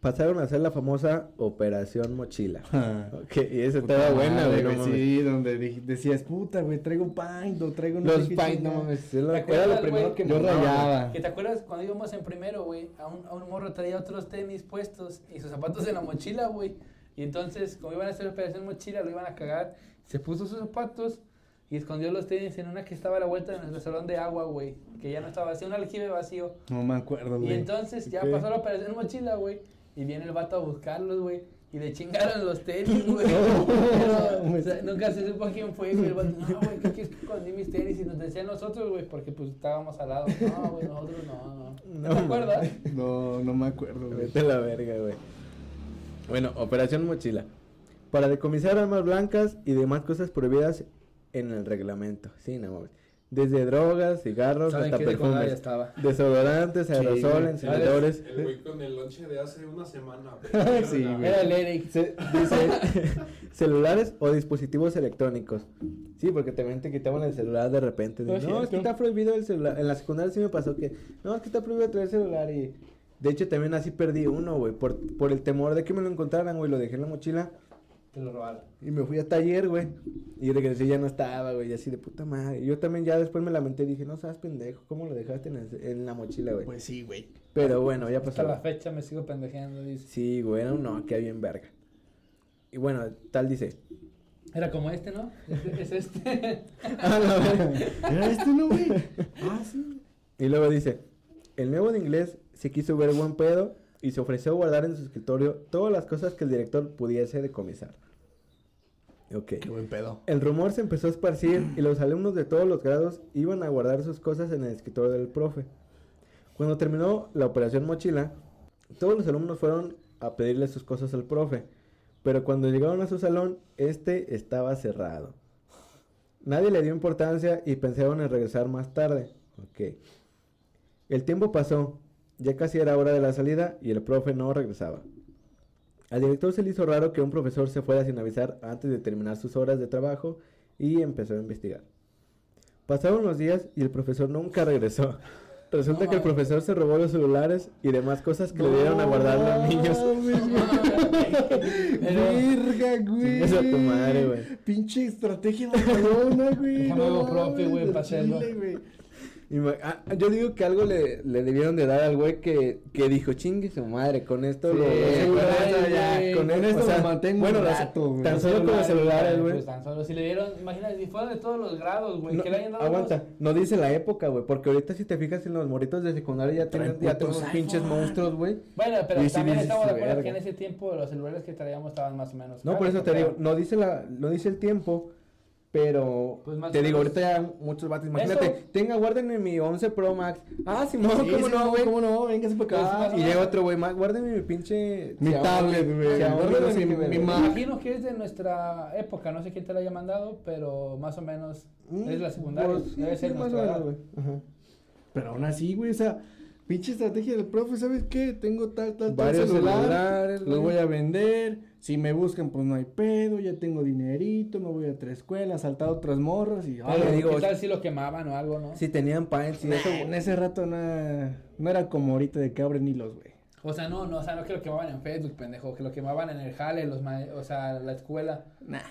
S2: pasaron a hacer la famosa operación mochila.
S1: Ah.
S2: Ok, y esa estaba buena,
S1: madre,
S2: güey. no mames.
S1: Sí, donde dij- decías, puta, güey, traigo pint o traigo no sé
S2: Los
S1: qué
S2: paint, no
S1: chingada".
S2: mames. es
S3: ¿Te
S2: lo- Era lo
S3: acuerdas,
S2: primero
S3: güey?
S2: que
S1: Yo
S2: me-
S1: rayaba.
S3: ¿Que te acuerdas cuando íbamos en primero, güey? A un, a un morro traía otros tenis puestos y sus zapatos en la mochila, güey. Y entonces, como iban a hacer operación mochila, lo iban a cagar. Se puso sus zapatos y escondió los tenis en una que estaba a la vuelta de nuestro salón de agua, güey. Que ya no estaba vacío, un aljibe vacío.
S1: No me acuerdo,
S3: Y
S1: güey.
S3: entonces ya
S2: Ok.
S3: pasó la operación mochila, güey. Y viene el vato a buscarlos, güey. Y le chingaron los
S2: (laughs)
S3: tenis, güey. Pero, o sea, nunca se supo quién fue, güey. El vato, no, güey, ¿qué quieres que escondí mis tenis? Y nos decían nosotros, güey, porque pues estábamos al lado. No, güey, nosotros no, no. ¿No te
S2: No,
S3: acuerdas?
S1: No, no me acuerdo, güey.
S2: Vete a la verga, güey. Bueno, operación mochila. Para decomisar armas blancas y demás cosas prohibidas en el reglamento. Sí, no mames. Desde drogas, cigarros
S3: ¿Saben
S2: hasta
S3: qué secundaria
S2: perfumes.
S3: estaba?
S2: Desodorantes, aerosoles,
S1: güey.
S2: encendedores.
S4: El güey con el lonche de hace una semana.
S2: (laughs)
S4: güey.
S1: Sí,
S4: Era la-
S1: güey.
S3: Era el Eric.
S2: Se- dice, celulares o dispositivos electrónicos. Sí, porque también te quitaban el celular de repente.
S3: No
S2: De,
S3: es
S2: no, es
S3: cierto.
S2: que está prohibido el celular. En la secundaria sí me pasó que, no, es que está prohibido traer celular y... De hecho, también así perdí uno, güey, por, por el temor de que me lo encontraran, güey. Lo dejé en la mochila
S3: (laughs) Te lo robaron.
S2: y me fui a taller, güey. Y regresé y ya no estaba, güey, y así de puta madre. Yo también ya después me lamenté y dije, no seas pendejo, ¿cómo lo dejaste en, el- en la mochila, güey?
S1: Pues sí, güey.
S2: Pero bueno, ya pasó.
S3: Hasta la fecha me sigo pendejeando, dice.
S2: Sí, güey, era un Nokia bien verga. Y bueno, tal dice.
S3: Era como este, ¿no? Este- Es este.
S2: A la verga.
S1: ¿Era este, no, güey? Ah, sí.
S2: Y luego dice, el nuevo de inglés se quiso ver buen pedo y se ofreció guardar en su escritorio todas las cosas que el director pudiese decomisar. Ok.
S1: Qué buen pedo.
S2: El rumor se empezó a esparcir y los alumnos de todos los grados iban a guardar sus cosas en el escritorio del profe. Cuando terminó la operación mochila, todos los alumnos fueron a pedirle sus cosas al profe, pero cuando llegaron a su salón, este estaba cerrado. Nadie le dio importancia y pensaron en regresar más tarde. Ok. El tiempo pasó, ya casi era hora de la salida y el profe no regresaba. Al director se le hizo raro que un profesor se fuera sin avisar antes de terminar sus horas de trabajo y empezó a investigar. Pasaron los días y el profesor nunca regresó. Resulta
S3: No
S2: que el
S3: mames.
S2: profesor se robó los celulares y demás cosas que le dieron a guardar los niños.
S1: Verga, güey.
S2: Chingas a tu madre, güey.
S1: Pinche estrategia mamalona, Pues güey.
S3: Déjame hago profe,
S1: mames,
S3: güey,
S1: al
S3: pa' hacerlo.
S1: chile, güey.
S2: Ima- ah, yo digo que algo le, le debieron de dar al güey que, que dijo, chingue su madre, con esto
S1: Sí,
S2: lo...
S1: güey,
S2: con esto
S1: güey,
S2: con
S1: con
S2: esto
S1: esto lo mantengo
S2: Bueno,
S1: un
S2: los-
S1: rato, güey.
S2: tan solo con los celulares, güey.
S3: Pues tan solo. Si le dieron, imagínate, si fueron de todos los grados, güey.
S2: No,
S3: que le hayan dado
S2: aguanta,
S3: unos-
S2: no dice la época, güey, porque ahorita si te fijas en los moritos de secundaria ya tienen,
S1: Traen
S2: ya tienen
S1: putos
S2: unos pinches
S1: iPhone.
S2: monstruos, güey.
S3: Bueno, pero
S2: Y si
S3: también
S2: dices,
S3: estamos de acuerdo
S2: "Verga".
S3: que en ese tiempo los celulares que traíamos estaban más o menos.
S2: No,
S3: caros,
S2: por eso te
S3: o sea,
S2: digo, no dice la, no dice el tiempo, pero
S3: Pues más
S2: te
S3: o
S2: digo,
S3: menos.
S2: ahorita ya muchos vatos, imagínate,
S3: Eso-
S2: tenga, guárdenme mi 11 Pro Max. Ah, Simón,
S1: Sí,
S2: ¿cómo
S1: sí,
S2: no, güey? Ah,
S1: ¿Cómo no? Véngase
S3: Pues,
S1: para
S3: más
S1: acá.
S3: o
S2: Y
S3: menos.
S2: llega otro güey, "Ma- guárdame mi pinche...
S1: Mi
S2: Xiaomi,
S1: tablet, güey.
S2: Xiaomi,
S1: Guárdame
S2: no sé
S1: mi-
S2: qué
S1: mi
S2: verga".
S1: ma-
S3: Imagino que es de nuestra época, no sé quién te la haya mandado, pero más o menos es la secundaria.
S2: Pues, sí,
S3: debe
S2: sí,
S3: ser
S2: más o
S3: nuestra
S2: menos,
S3: edad.
S2: güey. Ajá.
S1: Pues, Pero aún así, güey, o sea, pinche estrategia del profe, ¿sabes qué? Tengo tal, tal, tal
S2: Varios
S1: celular,
S2: celulares,
S1: los
S2: güey.
S1: voy a vender, si me buscan, pues no hay pedo, ya tengo dinerito, me voy a otra escuela, saltar otras morras y...
S3: Pero,
S2: le
S1: ay,
S2: digo,
S3: ¿qué tal si lo quemaban o algo, no?
S2: Si tenían pints y
S1: nah,
S2: eso,
S1: en ese rato no, no era como ahorita de que abren hilos, güey.
S3: O sea, no, no, o sea, no que lo quemaban en Facebook, pendejo, que lo quemaban en el jale, los ma- o sea, la escuela.
S1: Nah.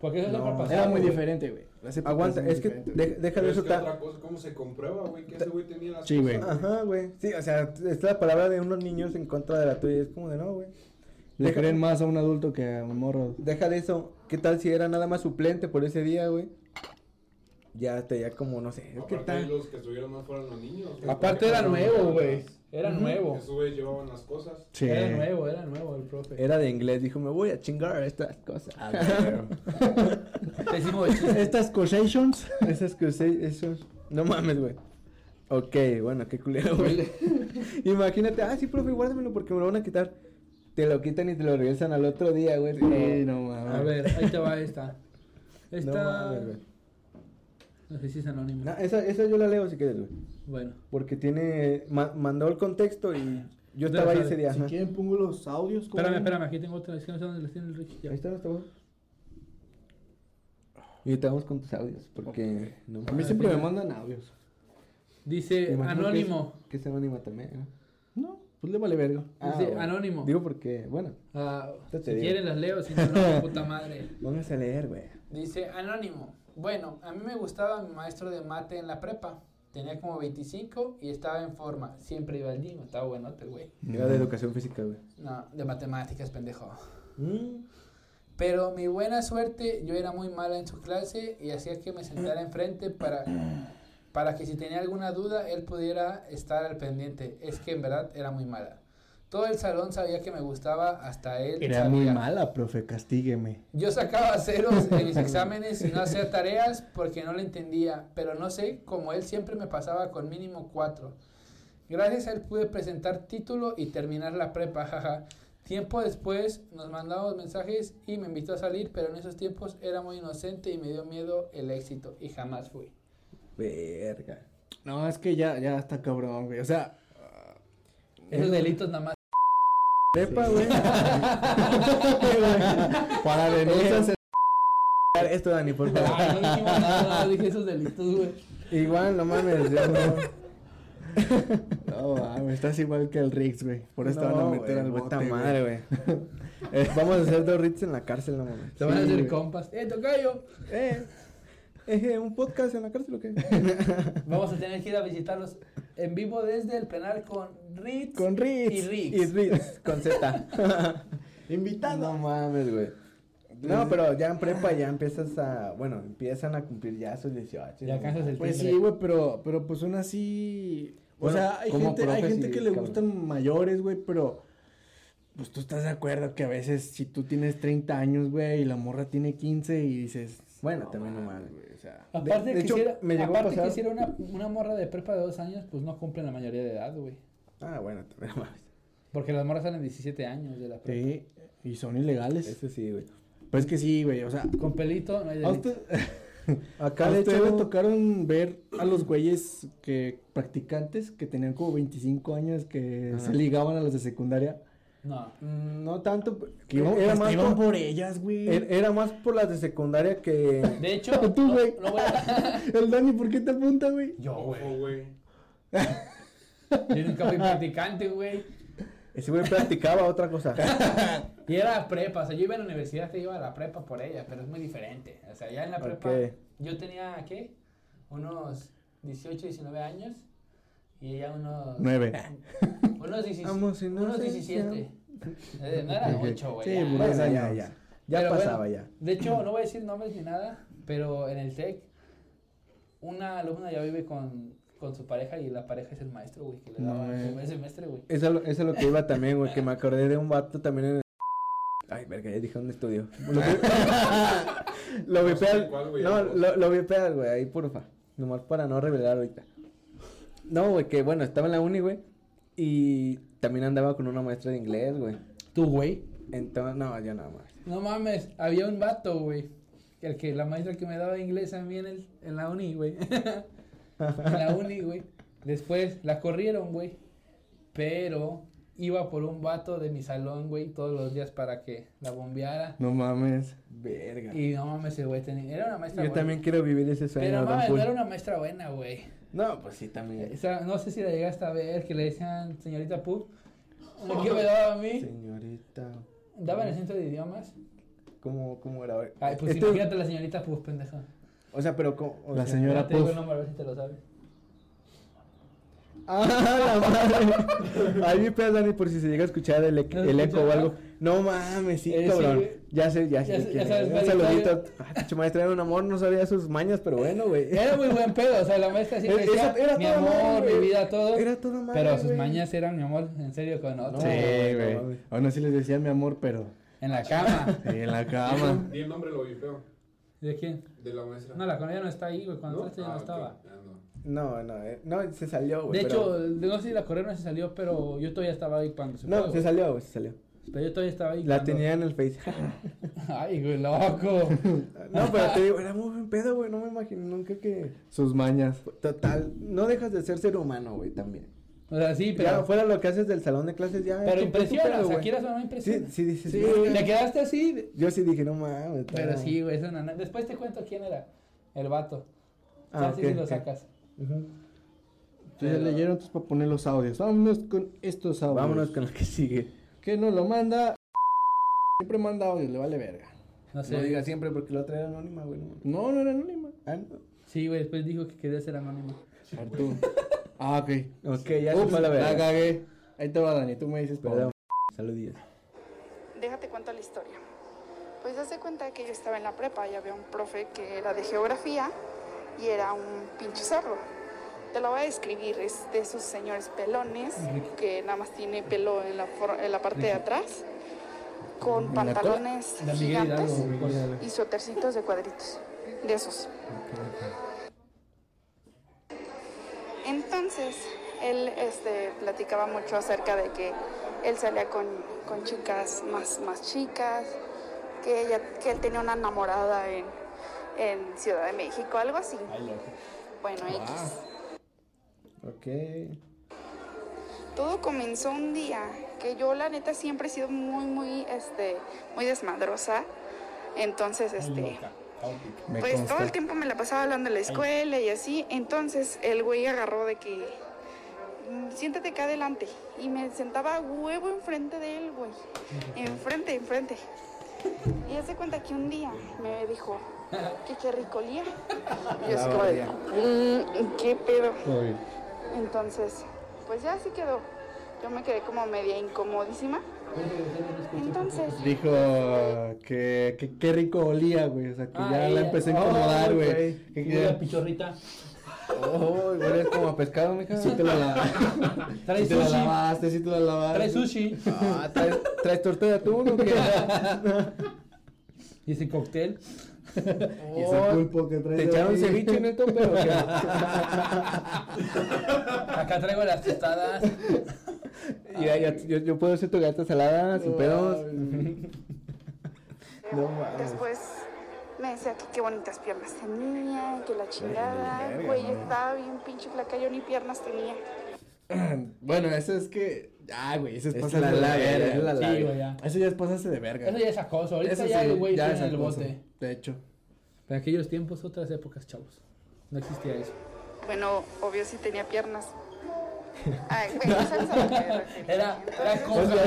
S3: Porque eso es
S2: No,
S3: la prepa.
S1: Era muy
S3: güey.
S1: diferente, güey. La época
S2: (laughs) Aguanta,
S1: era pues muy
S2: es que
S1: diferente, güey.
S2: de- deja
S4: Pero
S2: de
S4: es
S2: eso.
S4: que
S2: ta-
S4: otra cosa, ¿cómo se comprueba, güey? Que ese güey tenía las
S1: Sí, güey.
S4: cosas,
S2: Ajá, güey. Sí, o sea, es la palabra de unos niños en contra de la tuya. Es como de no, güey.
S1: Le
S2: Deja-
S1: creen más a un adulto que a un morro.
S2: Deja de eso. ¿Qué tal si era nada más suplente por ese día, güey? Ya hasta ya como, no sé. Es
S4: Aparte
S2: que tal.
S4: los que estuvieron más fueron los niños. güey,
S3: Aparte
S4: porque
S3: era
S4: fueron
S3: nuevo,
S4: los
S3: güey. Era
S2: Ujú.
S4: Que
S3: nuevo.
S4: Esos güeyes llevaban las cosas.
S1: Sí.
S3: Era nuevo, era nuevo el profe.
S2: Era de inglés. Dijo, me voy a chingar estas cosas.
S1: Ah,
S3: Pésimo
S1: (laughs) (laughs)
S3: chiste.
S1: Estas quotations.
S2: (laughs) Esas que usé, esos. No mames, güey. Ok, bueno, qué culero, güey. Imagínate, ah, sí, profe, guárdamelo porque me lo van a quitar. Te lo quitan y te lo regresan al otro día, güey. Eh,
S1: Sí, no mames.
S3: A ver, ahí te va esta.
S2: No
S3: Esta.
S2: mames, güey.
S3: No sé si es anónima.
S2: No, esa, esa yo la leo si quieres, güey.
S3: Bueno.
S2: Porque tiene. ma- mandó el contexto y yo
S3: Ya
S2: estaba ahí
S3: sabes,
S2: ese día.
S1: Si
S2: ajá.
S1: quieren pongo los audios. ¿cómo
S3: Espérame,
S1: ven?
S3: espérame, aquí tengo otra. Es que no sé dónde las tiene el Richie. ya.
S2: Ahí está, no está, güey. Y te vamos con tus audios porque. No
S1: A mí
S2: mames.
S1: siempre me mandan audios.
S2: Me
S3: Dice
S2: imagino que es-
S3: anónimo.
S2: Que es anónima también. ¿no?
S1: No, pues le vale verga.
S2: Ah,
S3: Dice
S2: bueno.
S3: anónimo.
S2: Digo porque, bueno,
S3: Ah,
S2: Te
S3: si
S2: digo.
S3: quieren las leo, si no,
S2: (laughs)
S3: no, puta madre.
S2: pónganse a leer, güey.
S3: Dice Anónimo. Bueno, a mí me gustaba mi maestro de mate en la prepa. Tenía como 25 y estaba en forma. Siempre iba al gym, estaba buenote, güey.
S2: Era de educación física, güey.
S3: No, de matemáticas, pendejo.
S2: Mm.
S3: Pero mi buena suerte, yo era muy mala en su clase y hacía que me sentara enfrente para, para que si tenía alguna duda él pudiera estar al pendiente. Es que en verdad era muy mala. Todo el salón sabía que me gustaba, hasta él
S1: Era
S3: sabía.
S1: muy mala, profe, castígueme.
S3: Yo sacaba ceros en mis exámenes y no hacía tareas porque no le entendía, pero no sé, como él siempre me pasaba con mínimo cuatro. Gracias a él pude presentar título y terminar la prepa, (laughs) jaja. Tiempo después nos mandábamos mensajes y me invitó a salir, pero en esos tiempos era muy inocente y me dio miedo el éxito y jamás fui.
S2: Verga.
S1: No, es que ya, ya está cabrón, güey. O sea,
S3: Esos delitos nada más.
S1: (laughs)
S2: Prepa, (laughs) güey.
S1: para denuncias.
S2: Esto, Dani, por favor.
S3: (laughs) Ay, no dijimos nada, dije esos delitos, güey.
S2: Igual, no mames. ya no.
S1: No, mames, estás igual que el Rix, güey. Por eso te van a
S2: No,
S1: meter
S2: güey,
S1: al
S2: puta
S1: bote,
S2: madre,
S1: güey.
S2: güey. (laughs) Eh, Vamos a hacer dos rits en la cárcel, no mames.
S3: Te van a
S1: Sí,
S3: hacer
S1: güey.
S3: compas. ¡Eh, tocayo!
S2: Eh, eh, un podcast en la cárcel o qué?
S3: Vamos a tener que ir a visitarlos en vivo desde el penal con Ritz.
S1: Con Rix.
S3: Y Rix.
S2: Y rits con Z. (laughs)
S1: Invitado.
S2: No mames, güey. No, pero ya en prepa ya empiezas a, bueno, empiezan a cumplir ya sus 18.
S3: Ya
S2: ¿no?
S3: alcanzas el
S1: Pues
S3: timbre.
S1: sí, güey, pero, pero pues son así. O
S2: Bueno,
S1: sea, hay
S2: como
S1: gente, hay
S2: profes
S1: gente
S2: y
S1: que le
S2: cabrón.
S1: gustan mayores, güey, pero. Pues tú estás de acuerdo que a veces si tú tienes 30 años, güey, y la morra tiene 15 y dices.
S2: Bueno, también no mames.
S1: güey, o sea.
S3: Aparte,
S2: De-
S3: de
S2: de hecho,
S3: quisiera,
S2: me llegó a
S3: aparte
S2: pasar-
S3: quisiera una, una morra de prepa de dos años, pues no cumplen la mayoría de edad, güey.
S2: Ah, bueno, (laughs) también no mames.
S3: Porque las morras salen 17 años de la prepa.
S1: Sí, y son ilegales.
S2: Eso sí, güey.
S1: Pues que sí, güey, o sea.
S3: Con pelito no hay
S1: A,
S3: delito.
S1: usted,
S2: Acá
S1: a
S2: de
S1: ustedes
S2: hecho
S1: tocaron ver a los güeyes que practicantes que tenían como 25 años que
S2: Ajá.
S1: se ligaban a los de secundaria.
S3: No.
S2: mm, no tanto
S1: Que iban,
S2: era
S1: hasta
S2: más
S1: iban
S2: pues, por,
S1: por ellas, güey.
S2: er- era más por las de secundaria que
S3: (laughs) De hecho,
S1: Tú,
S3: no,
S1: güey.
S3: no voy a-
S1: El Dani, ¿por qué te apunta, güey?
S3: Yo, güey.
S4: Ojo, güey.
S3: Yo nunca fui practicante, güey.
S2: ese güey practicaba otra cosa.
S3: Y era prepa, o sea, yo iba a la universidad, te iba a la prepa por ella, pero es muy diferente. O sea, ya en la prepa
S2: Ok.
S3: yo tenía, ¿qué? Unos 18, 19 años y ella unos...
S1: Nueve.
S3: (laughs) Unos, 16
S2: Vamos, si no
S3: unos
S2: se
S3: 17. (laughs) Eh, No eran 8, güey.
S1: Sí, pues,
S3: ya.
S1: por
S2: Bueno,
S1: eso
S2: ya,
S1: no.
S2: ya. Ya
S3: Pero
S2: pasaba
S3: bueno,
S2: ya.
S3: De hecho, no voy a decir nombres ni nada, pero en el TEC, una alumna ya vive con, con su pareja y la pareja es el maestro, güey, que le
S1: No,
S3: daba el
S1: eh.
S3: primer semestre, güey.
S2: Eso, lo- eso es lo que iba también, güey, que me acordé de un vato también en (laughs) Ay, verga, ya dije un estudio. Lo vi- (laughs) Lo vi
S4: No sé
S2: peal.
S4: cuál, güey,
S2: No,
S4: ambos.
S2: lo, lo vi peal, güey, ahí porfa. Nomás para no revelar ahorita. No, güey, que bueno, estaba en la uni, güey. Y también andaba con una maestra de inglés, güey.
S3: ¿Tú, güey?
S2: Entonces, no, yo nada más.
S3: No mames, había un vato, güey. El que, la maestra que me daba inglés a mí en, el, en la uni, güey. (laughs) en la uni, güey. Después la corrieron, güey. Pero iba por un vato de mi salón, güey, todos los días para que la bombeara.
S1: (laughs) No mames.
S2: Verga.
S3: Y no mames, ese güey tenía- Era una maestra
S2: yo
S3: buena.
S2: también quiero vivir ese sueño.
S3: Pero
S2: don
S3: mames,
S2: Pul.
S3: no era una maestra buena, güey.
S2: No, pues
S3: (laughs)
S2: sí, también.
S3: Esa- no sé si la llegaste a ver, que le decían señorita Pup. ¿Qué me daba a mí?
S2: Señorita.
S3: Daba en el centro de idiomas.
S2: ¿Cómo, cómo era? A ver.
S3: Ay, pues
S2: Esto-
S3: imagínate la señorita, pues pendeja.
S2: O sea, pero ¿cómo? O
S1: La
S2: sea-
S1: señora-
S3: Ya te digo
S1: Puff.
S3: el nombre, a ver si te lo sabes.
S2: ¡Ah, la madre! Ahí mi pedo, Dani, por si se llega a escuchar el, e-
S3: ¿No
S2: el eco
S3: escuchas,
S2: o algo.
S3: no?
S2: No mames, sí,
S3: Eh, sí,
S2: cabrón.
S3: güey.
S2: Ya sé, ya sé.
S3: Ya
S2: de
S3: sé-
S2: quién
S3: ya sabes
S2: es.
S3: cuál
S2: Un
S3: es,
S2: saludito.
S3: cuál
S2: Ah, pinche maestra era un amor, no sabía sus mañas, pero bueno, güey.
S3: Era muy buen pedo, o sea, la
S2: (laughs)
S3: maestra siempre
S2: Era-
S3: decía,
S2: era
S3: mi
S2: toda
S3: amor,
S2: madre, güey.
S3: mi vida, todo.
S2: Era toda madre,
S3: Pero sus
S2: güey.
S3: mañas eran, mi amor, en serio, con otro.
S2: No,
S1: sí,
S2: güey, no
S1: güey.
S2: mames.
S1: Aún así les decía mi amor, pero
S3: En la cama. (laughs)
S1: sí, en la (laughs) cama.
S4: Di el nombre lo vi feo.
S3: ¿De quién?
S4: De la maestra.
S3: No, la con ella no está ahí, güey, cuando entraste ya
S4: Ah,
S3: no
S4: ok.
S3: estaba.
S4: Ah, no.
S2: No, no, eh, no, se salió,
S3: De
S2: güey. pero-
S3: hecho, no sé si la correa no se salió, pero yo todavía estaba ahí cuando se
S2: No,
S3: fue,
S2: se
S3: güey.
S2: salió, güey, se salió.
S3: Pero yo todavía estaba ahí.
S2: La
S3: cuando-
S2: tenía en el Face.
S3: (laughs)
S2: (laughs)
S3: Ay, güey, loco.
S2: No, pero te digo, era muy buen pedo, güey. No me imagino nunca que.
S1: Sus mañas.
S2: Total, no dejas de ser ser humano, güey, también.
S3: O sea, sí,
S2: Ya
S3: pero.
S2: fuera lo que haces del salón de clases, ya.
S3: Pero
S2: tú- tú- tú
S3: impresiona,
S2: pedo,
S3: o sea,
S2: güey.
S3: quieras o no
S2: Sí,
S3: impresiona.
S2: sí, dices.
S1: Sí.
S2: "Verga".
S3: Te quedaste así. de-
S2: Yo sí dije, no mames. está-
S3: Pero sí, güey, eso no, no. Después te cuento quién era el vato. O sea,
S2: Ah,
S3: sí,
S2: ok,
S3: sí lo
S2: ok.
S3: sacas.
S2: Ujú.
S1: Entonces ya
S3: Pero-
S1: leyeron entonces, para poner los audios. Vámonos con estos audios.
S2: Vámonos con lo que sigue.
S1: Que nos lo manda. Siempre manda audios, le vale verga.
S3: No sé.
S2: No diga siempre porque la otra era anónima, güey. no mames.
S1: No, no era anónima.
S2: Ah, no.
S3: Sí, güey, después dijo que quería ser anónimo.
S1: Arturo. Ah, ok.
S2: Ok, ya se
S1: Ups,
S2: fue a
S1: la,
S2: la verga.
S1: cagué. Ahí te va, Dani. Tú me dices,
S2: Perdón.
S1: perdón.
S2: Saludillas.
S5: déjate cuento la historia. Pues hace cuenta que yo estaba en la prepa y había un profe que era de geografía y era un pinche cerro. Te lo voy a describir, es de esos señores pelones que nada más tiene pelo en la, for- en la parte de atrás, con
S1: la cola?
S5: pantalones
S3: La Miguel
S5: gigantes
S3: Hidalgo, güey, ¿cuál
S5: y suétercitos de cuadritos, de esos. Entonces, él este, platicaba mucho acerca de que él salía con, con chicas más, más chicas, que, ella, que él tenía una enamorada en, en Ciudad de México, algo así. Bueno, X.
S2: Ok.
S5: Todo comenzó un día que yo la neta siempre he sido muy, muy, este, muy desmadrosa. Entonces, este,
S1: Me
S5: pues
S1: consta.
S5: todo el tiempo me la pasaba hablando de la escuela y así. Entonces el güey agarró de que "Mm, siéntate acá adelante. Y me sentaba a huevo enfrente de él,
S1: (laughs)
S5: güey. Enfrente, enfrente. Y hace cuenta que un día me dijo que qué rico olía. Y yo así como de, "Mm, ¿qué pedo? Entonces, pues ya así quedó. Yo me quedé como media incomodísima. Entonces,
S1: Dijo que, que qué rico olía, güey. O sea, que
S3: Ah,
S1: ya la
S3: ella.
S1: empecé a
S2: Oh,
S1: incomodar, güey.
S2: güey.
S1: Que- que-
S3: La pichorrita.
S2: Oh,
S1: (laughs)
S2: güey, eres como a pescado, mija.
S1: Sí te la (laughs) lavaste,
S3: Trae
S1: sí te la
S3: sushi.
S1: lavaste, sí te la lavaste.
S3: Trae sushi.
S2: Ah, ¿traes, ¿Traes torta de atún (laughs) o qué?
S3: Y
S1: (laughs)
S3: ese cóctel.
S1: Y ese pulpo que traes
S2: ¿Te
S1: ahí. (laughs)
S2: echaron ceviche en el tope o qué?
S3: Acá traigo las tostadas.
S2: (laughs) Ya, ya, yo, yo puedo ser tu gata salada sin
S1: No,
S2: pedos.
S1: mames.
S2: No mames.
S5: después me decía que qué bonitas piernas tenía, que la chingada.
S2: verga,
S5: Güey, yo
S2: mami.
S5: estaba bien pinche flaca, yo ni piernas tenía.
S1: Bueno, eso es que. Ah, güey, eso es,
S2: Es
S1: pasarse
S2: la
S1: de
S2: labia,
S1: verga.
S2: es la
S3: Sí, güey, ya.
S1: Eso ya es pasarse de verga.
S3: Eso ya es acoso. Ahorita
S1: Eso
S3: ya
S1: sí,
S3: el güey
S1: ya
S3: está
S1: es
S3: en el
S1: acoso,
S3: bote.
S1: De hecho.
S3: Pero aquellos tiempos, otras épocas, chavos. No existía eso.
S5: Bueno, obvio sí tenía
S2: (laughs)
S5: piernas. Ay, güey, no sabes a lo que me refería.
S3: Era, era
S2: O
S3: cosa.
S2: sea,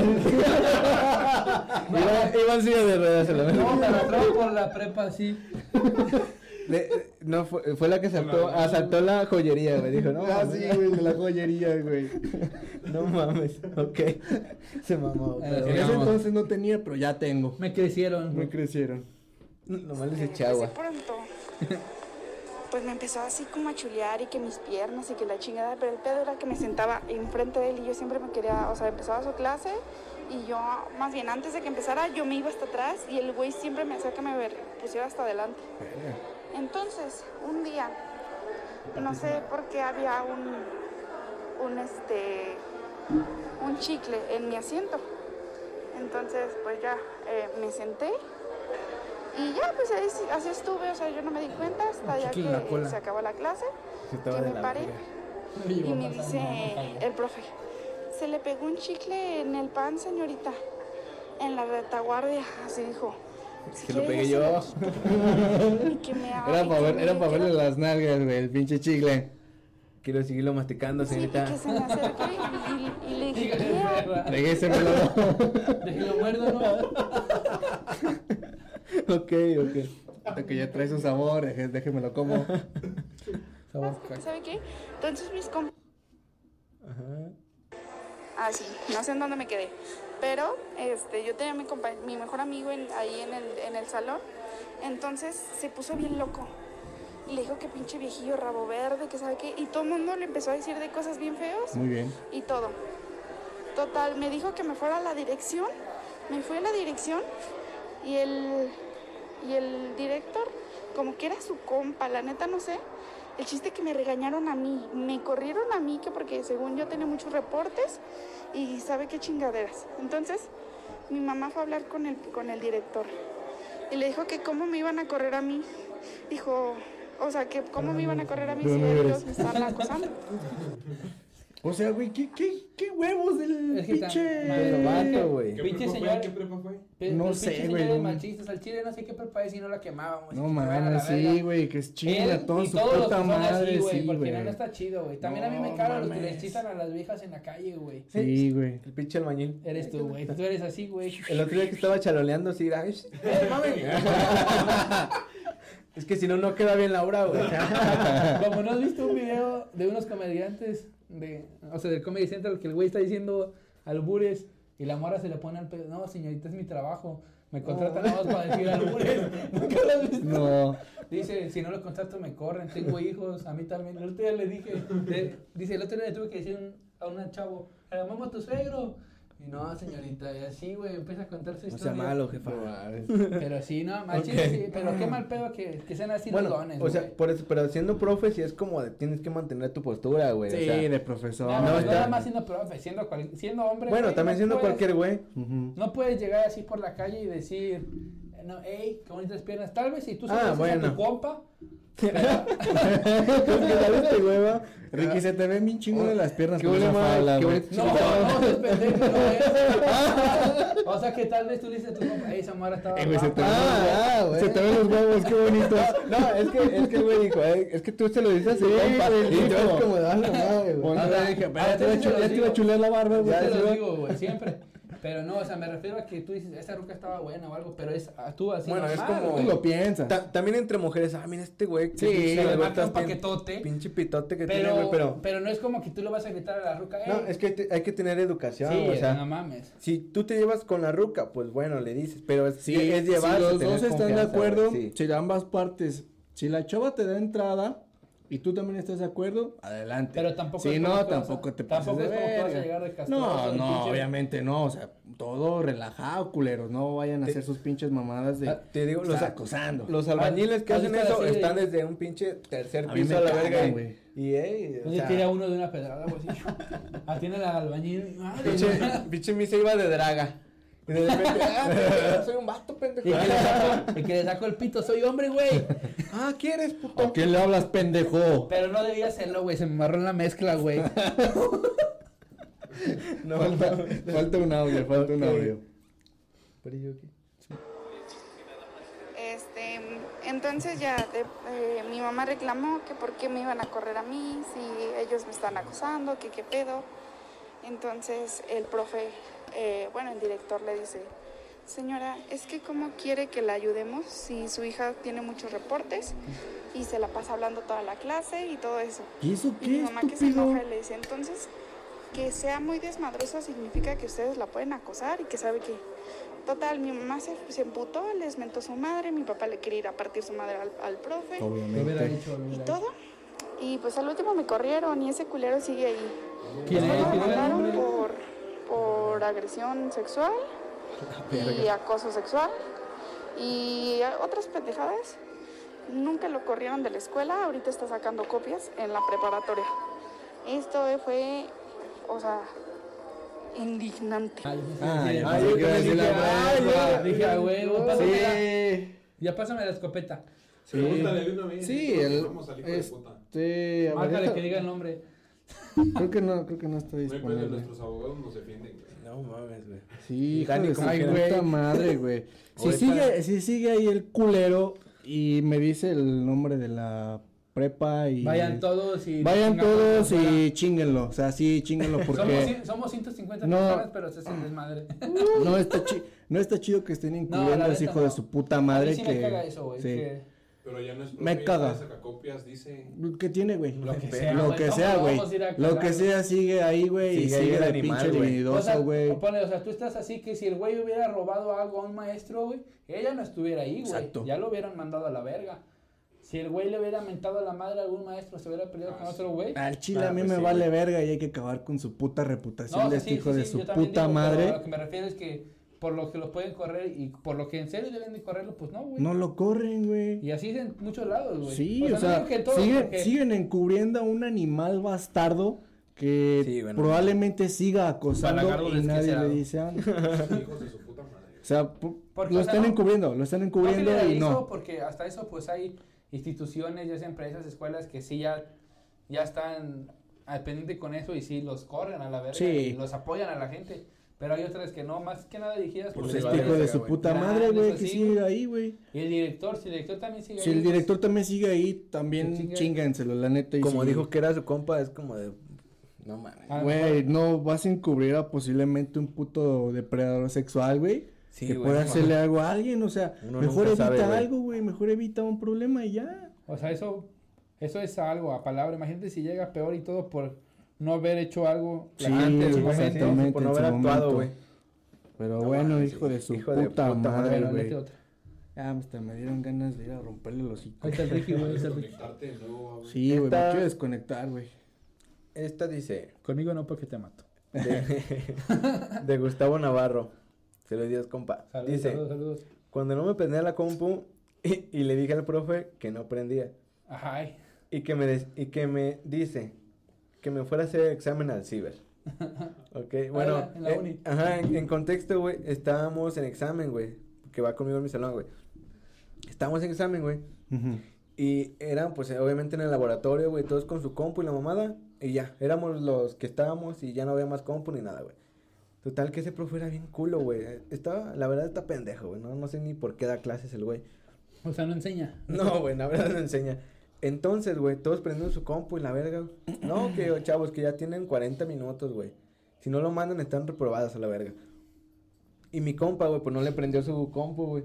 S2: Iba- iba en silla de ruedas a la verga.
S3: No, me agarró por la prepa así.
S2: Le-
S1: Eh,
S2: No, fue, fue la que asaltó, asaltó la joyería, güey. (laughs) Dijo, no
S1: ah,
S2: mames.
S1: sí, güey, de la joyería, güey.
S2: No mames. Ok. (laughs) Se
S3: Eh,
S2: mamó. Pero,
S1: En ese
S3: Digamos.
S1: entonces no tenía, pero ya tengo.
S3: Me crecieron.
S1: Me
S3: güey.
S1: crecieron.
S2: nomás les
S5: Eh,
S2: eché
S5: pues, de
S2: agua.
S5: pronto, pues me empezó así como a chulear y que mis piernas y que la chingada, pero el pedo era que me sentaba enfrente de él y yo siempre me quería, o sea, empezaba su clase y yo, más bien antes de que empezara, yo me iba hasta atrás y el güey siempre me hacía que me ver- pusiera hasta adelante. Entonces, un día, no sé por qué había un, un este, un chicle en mi asiento. Entonces, pues ya eh, me senté y ya, pues ahí sí- así estuve, o sea, yo no me di cuenta hasta ya
S3: chicle en la
S5: que
S3: cola.
S5: se acabó la clase,
S2: Sí, estaba
S5: que
S2: de
S5: me
S2: la
S5: paré
S2: verga.
S3: Me
S5: y
S3: llevó
S5: me
S3: a pasar
S5: dice
S3: una montaña.
S5: el profe, se le pegó un chicle en el pan, señorita, en la retaguardia, así dijo. "Si
S2: Que lo
S5: quiere,
S2: pegué
S5: ya se
S2: yo.
S5: lo quito". Y que me ha-
S1: Era
S5: y
S1: para
S5: que
S1: ver,
S5: me
S1: era para
S5: queda-
S1: verle las nalgas, güey, el pinche chicle.
S2: Quiero seguirlo masticando,
S5: Sí, y que
S2: señorita.
S5: se me acercó y, y- y le dije,
S3: Dígale,
S5: "Mira,
S3: perra.
S1: Regésemelo.
S3: Déjelo muerdo, ¿no?
S2: ok, ok.
S1: Hasta que ya trae su sabor, deje- déjemelo como.
S2: Sabor
S5: Porque, ¿Sabe qué? Entonces mis compas...
S2: Ajá.
S5: Ah, sí, no sé en dónde me quedé. Pero este, yo tenía mi, compa- mi mejor amigo en- ahí en el, en el salón. Entonces se puso bien loco. Y le dijo que pinche viejillo rabo verde, que sabe qué. Y todo el mundo le empezó a decir de cosas bien feos
S1: Muy bien.
S5: y todo. Total, me dijo que me fuera a la dirección. Me fui a la dirección y el, y el director, como que era su compa, la neta no sé. El chiste que me regañaron a mí, me corrieron a mí, que porque según yo tenía muchos reportes y sabe qué chingaderas. Entonces, mi mamá fue a hablar con el, con el director y le dijo que cómo me iban a correr a mí. Dijo, o sea, que cómo me iban a correr a mí
S1: Pero
S5: si
S1: no
S5: ellos
S1: eres.
S5: me estaban acosando.
S1: O sea, güey, ¿qué, qué, qué huevos del
S3: Es que está-
S1: pinche.
S3: Madre,
S2: vato,
S3: ¿Qué
S2: güey.
S4: ¿Qué
S3: Pinche
S4: prepa
S3: señor.
S4: fue? ¿Qué prepa fue?
S3: Pe-
S1: No
S3: los
S1: sé,
S3: pinches
S1: güey,
S3: señores
S1: no.
S3: machistas al chile no sé qué prepa es y no la quemábamos.
S1: No
S3: que se vayan a la
S1: mames, sí,
S3: verga.
S1: güey, que es
S3: Él
S1: chinga, todo
S3: y
S1: su
S3: todos los
S1: puta
S3: que son así,
S1: madre, sí,
S3: Porque
S1: güey.
S3: no, no está chido, güey. También a mí me
S1: No
S3: cagan los que
S1: mames.
S3: les chitan a las viejas en la calle, güey.
S2: Eh,
S1: Sí,
S3: (laughs)
S1: güey.
S2: El pinche albañil.
S3: Eres tú, güey. Tú eres así,
S1: (laughs)
S3: güey.
S2: El otro día que estaba charoleando, sí, era, "Ay, sh- (laughs) ¡eh, mami! es que si no, no queda bien la obra, güey.
S3: Como no has visto un video de unos comediantes, de, o sea, del Comedy Central, que el güey está diciendo albures y la mora se le pone al pedo. No, señorita, es mi trabajo. Me contratan nada más para decir albures. Nunca lo has visto.
S1: No.
S3: Dice, si no lo contrato me corren, tengo hijos, a mí también. El otro día le dije, le- dice, el otro día le tuve que decir un- a un chavo, llamamos a tu suegro. Y no, señorita, y así, güey, empieza a contar su
S2: No
S3: historia.
S2: sea malo, jefa.
S3: Pero sí, no, más chile, sí, pero qué mal pedo que, que sean así
S2: Bueno,
S3: dudones,
S2: o sea,
S3: güey.
S2: por eso, pero siendo profe, sí es como de, tienes que mantener tu postura, güey. o
S1: Sí,
S2: sea,
S1: de profesor.
S3: No,
S2: No,
S3: no,
S2: está-
S3: nada más siendo profe, siendo, cual- siendo hombre.
S2: bueno,
S3: güey,
S2: también
S3: no
S2: siendo
S3: puedes-
S2: cualquier güey.
S1: Ujú.
S3: No puedes llegar así por la calle y decir, eh, no, hey, qué bonitas piernas. Tal vez si tú
S2: Ah,
S3: sabes a
S2: bueno.
S3: tu compa,
S1: (laughs)
S2: Porque la vez te hueva.
S1: Ricky, se te ven bien
S3: Oh,
S1: chingón en las piernas
S2: Qué
S1: con
S2: huele
S1: esa
S2: mal,
S1: falda,
S2: qué
S1: güey.
S2: huele-
S3: No, no, no, pendejo, no es.
S2: (laughs)
S3: O sea que tal vez tú le dices a tu compa, ey, esa morra estaba
S1: Eh, güey, se te
S3: guapa".
S2: Ah, ah, güey.
S1: Se te ven los huevos, qué bonitos.
S2: No, es que, es que el güey dijo, "Eh, es que tú se lo dices a tu
S1: Sí,
S2: compa",
S1: güey,
S2: Y tú
S1: dijo.
S2: es como, "Ah, la madre, güey".
S1: Bueno,
S3: Ahora-
S1: ya dije, pero
S3: ahora
S1: ya te iba a
S3: sí se
S1: chu-
S3: los
S1: ya te iba a
S3: digo.
S1: chulear la barba, güey.
S3: Yo te
S2: Ya,
S3: lo
S2: sí.
S3: digo, güey, siempre. Pero no, o sea, me refiero a que tú dices, esa ruca estaba buena o algo, pero es a- tú así.
S2: Bueno, es
S3: normal,
S2: como-
S3: güey.
S1: Tú lo piensas.
S2: Ta- también entre mujeres, ah, mira este güey.
S1: Sí,
S2: pinche
S3: le
S2: nalgotas
S3: marca un
S2: tiene,
S3: paquetote.
S2: Pinche pitote que tiene,
S3: Pero,
S2: güey, pero.
S3: pero, no es como que tú lo vas a gritar a la ruca,
S2: No, es que te- hay que tener educación,
S3: sí,
S2: o sea.
S3: no mames.
S2: Si tú te llevas con la ruca, pues bueno, le dices, pero es, es llevarse,
S1: si los
S2: tener
S1: dos están de
S2: confianza,
S1: acuerdo,
S2: güey, sí.
S1: si ambas partes, si la chava te da entrada y tú también estás de acuerdo, adelante.
S3: Pero tampoco es
S1: Si no,
S3: como que vas a-
S1: tampoco te pases
S3: tampoco
S1: de
S3: es como que vas a
S1: verga.
S3: llegar de castroso,
S1: No,
S3: de
S1: no,
S3: pinche-
S1: obviamente no, o sea, todo relajado, culeros, no vayan a hacer sus pinches mamadas de
S2: Ah, te digo, los-
S1: estar acosando.
S2: Los albañiles que
S3: Ah,
S2: hacen
S3: está
S2: eso
S3: así de-
S2: están desde un pinche tercer
S1: A mí
S2: piso
S1: me
S2: a la
S1: cagan,
S2: verga. y-
S1: güey.
S2: Y, ey, o
S3: Entonces
S2: sea,
S3: tira uno de una pedrada, güey, así. (laughs) Atiende al albañil. madre,
S2: (laughs) pinche,
S3: no.
S2: pinche misa iba de draga. Y de repente, (laughs) ah, pero soy un vato, pendejo.
S3: Y que, le saco, y que le saco el pito, soy hombre, güey.
S2: Ah, ¿quieres, puto?
S1: ¿A quién le hablas, pendejo?
S3: Pero no debía hacerlo, güey. Se me marró en la
S1: (laughs)
S3: mezcla, güey.
S2: No,
S1: Falta, falta un audio, falta un
S2: Ok.
S1: audio.
S2: Pero yo qué.
S5: Este, entonces ya de- eh, mi mamá reclamó que por qué me iban a correr a mí, si ellos me están acosando, que qué pedo. Entonces el profe, eh, bueno, el director le dice, señora, es que cómo quiere que la ayudemos si su hija tiene muchos reportes y se la pasa hablando toda la clase y todo eso.
S1: ¿Y eso
S5: Y mi
S1: qué,
S5: mamá que se
S1: estúpido?
S5: enoja y le dice, entonces, que sea muy desmadrosa significa que ustedes la pueden acosar y que sabe que... Total, mi mamá se, se emputó, les mentó su madre, mi papá le quería ir a partir su madre al, al profe
S3: Lo hubiera
S1: Obviamente.
S3: hecho, lo
S5: y
S3: hubiera hecho.
S5: todo. Y pues al último me corrieron y ese culero sigue ahí.
S3: ¿Quién
S5: Me
S3: es? ¿Quién es?
S5: mandaron por, por
S3: (laughs)
S5: agresión sexual y acoso sexual y otras pendejadas. Nunca lo corrieron de la escuela, ahorita está sacando copias en la preparatoria. Esto fue, o sea, indignante.
S3: Ay, sí, sí,
S1: Ah,
S3: sí.
S1: ya
S2: Ay,
S1: pensé
S2: yo
S1: que iba a decir
S2: también
S1: la
S2: dije, ay,
S1: hueva. "Ah,
S2: ya.
S3: Dije, a huevo, pásame la-
S1: Sí.
S3: Ya pásame la escopeta.
S1: Sí.
S4: Pregúntale de una vez.
S1: Sí,
S4: nosotros
S1: el-
S4: Vamos al hijo de
S1: es-
S4: puta.
S1: Este, a ver,
S3: Márcale
S1: deja-
S3: que diga el nombre.
S1: Creo que no, creo que no está
S4: No hay pedo,
S1: disponible.
S4: nuestros abogados nos defienden. güey.
S2: No mames, güey.
S1: Sí, hijo
S2: Dani,
S1: de su
S2: como quiera.
S1: puta madre, güey. Si
S2: Ahorita-
S1: sigue, si sigue ahí el culero y me dice el nombre de la prepa y...
S3: Vayan todos y.
S1: Vayan
S3: chingan por la
S1: todos
S3: escuela.
S1: y chinguenlo, o sea, sí, chinguenlo
S3: Somos,
S1: porque
S3: cien- somos 150
S1: No.
S3: personas, pero se hacen desmadre.
S1: no está, chi- no está chido que estén incluyendo
S3: la
S1: a ese
S3: neta
S1: hijo
S3: no.
S1: de su puta
S3: A
S1: madre
S3: mí sí
S1: que...
S3: me caga eso, güey.
S1: sí.
S3: que
S4: Pero ya no es
S1: Me
S4: propio,
S1: caga.
S4: de
S1: (laughs)
S4: Sacacopias dice.
S1: ¿Qué tiene, güey?
S3: Lo que
S1: Pe-
S3: sea,
S1: Lo
S3: güey.
S1: que
S3: ¿Cómo
S1: sea,
S3: lo
S1: güey.
S3: vamos a ir a
S1: Lo
S3: cagar,
S1: que sea sigue ahí, güey. Y
S2: Sigue ahí
S1: sigue
S2: el
S1: de
S2: animal,
S1: pinche
S2: güey.
S3: O sea,
S1: libidinoso, güey.
S3: o ponle, o sea, tú estás así que si el güey hubiera robado algo a un maestro, güey, ella no estuviera ahí, güey.
S1: Exacto.
S3: Ya lo hubieran mandado a la verga. Si el güey le hubiera mentado a la madre a algún maestro, se hubiera peleado
S4: Ah,
S3: con
S4: sí.
S3: otro güey.
S1: Al chile
S2: Ah,
S1: a mí
S2: pues
S1: me
S2: sí,
S1: vale
S2: güey.
S1: verga y hay que acabar con su puta reputación
S3: o
S1: de
S3: sea,
S1: este
S3: sí,
S1: hijo
S3: sí,
S1: de
S3: sí,
S1: su
S3: yo también
S1: puta
S3: digo, pero
S1: madre.
S3: A lo que me refiero es que por lo que lo pueden correr y por lo que en serio deben de correrlo, pues no, güey.
S1: No lo corren, güey.
S3: Y así es en muchos lados, güey.
S1: Sí, o
S3: no
S1: sea,
S3: digo que en todos,
S1: siguen,
S3: porque-
S1: siguen encubriendo a un animal bastardo que
S2: Sí, güey, no.
S1: probablemente siga
S3: Balagardo
S1: acosando y nadie
S3: desquiciado.
S1: le dice (laughs) algo.
S4: Hijos de su puta madre.
S1: O sea, pu-
S3: Porque,
S1: lo
S3: o sea,
S1: están
S3: no-
S1: encubriendo, lo están
S3: No
S1: encubriendo y
S3: generalizo,
S1: no.
S3: Porque hasta eso, pues hay instituciones, ya sea empresas, escuelas que sí ya, ya están al pendiente con eso y sí los corren a la verga
S1: Sí.
S3: y los apoyan a la gente. Pero hay otras que no, más que nada dirigidas por
S2: Pues
S1: Este
S3: el
S2: se va vale
S1: hijo de
S3: director.
S2: verga,
S1: su
S2: güey.
S1: puta
S3: Grandes,
S1: madre, güey, que
S3: así,
S1: sigue
S3: pues, güey.
S1: ahí, güey.
S3: Y el director, si el director también sigue
S1: Si
S3: ahí,
S1: el
S3: pues,
S1: director también sigue ahí,
S3: Se
S1: también
S3: chinga.
S1: chíngenselo, la neta. y
S2: Como
S1: sí.
S2: dijo que era su compa, es como de. No mames.
S3: Ah,
S1: Güey, no vas a encubrir a posiblemente un puto depredador sexual, güey.
S2: Sí,
S1: que
S2: güey,
S1: pueda
S2: no
S1: hacerle algo a alguien, o sea,
S2: Uno
S1: mejor evita
S2: nunca sabe, güey.
S1: algo, güey, mejor evita un problema y ya.
S3: O sea, eso, eso es algo a palabra. Imagínate si llega peor y todo por no haber hecho algo
S1: Sí,
S3: antes.
S2: güey,
S3: momento.
S1: exactamente.
S2: Por no
S1: en su
S2: haber actuado,
S1: momento.
S2: güey.
S1: Pero
S2: No
S1: bueno,
S2: mames,
S1: hijo de su
S2: hijo
S1: puta,
S2: de puta
S1: madre,
S2: madre,
S3: Bueno,
S1: güey.
S3: mete otra.
S1: Ah, hasta me dieron ganas de ir a romperle los hijos.
S3: Ahí está el Ricky, güey, ahí está el Ricky.
S4: Desconectarte de nuevo, güey.
S1: Sí, güey, me
S2: Esta-
S1: quiero desconectar, güey.
S2: Esta dice.
S3: Conmigo no, porque te mato.
S1: (laughs)
S2: De, (laughs) de Gustavo Navarro. Se lo digas, compa.
S3: Saludos,
S2: dice:
S3: saludos, saludos.
S2: Cuando no me prendía la compu (laughs) y, y le dije al profe que no prendía.
S3: Ay,
S2: (laughs) Y que me, des- y que me dice que me fuera a hacer examen
S3: (laughs)
S2: al ciber. Ok, bueno.
S3: la- Ah, en la
S2: eh,
S3: uni.
S2: ajá, en, en contexto, güey, estábamos en examen, güey. Que va conmigo en mi salón, güey. Estábamos en examen, güey.
S1: Ujú.
S2: Y eran, pues, obviamente en el laboratorio, güey, todos con su compu y la mamada. Y ya, éramos los que estábamos y ya no había más compu ni nada, güey. Total, que ese profe era bien culo, güey. Estaba, la verdad, está pendejo, güey. No, no sé ni por qué da clases el güey.
S3: o sea, no enseña.
S2: No, (laughs) güey, la verdad no enseña. Entonces, güey, todos prendiendo su compu y la verga. güey. No, que (clears throat) oh, chavos, que ya tienen 40 minutos, güey. Si no lo mandan, están reprobados a la verga. Y mi compa, güey, pues no le prendió su compu, güey.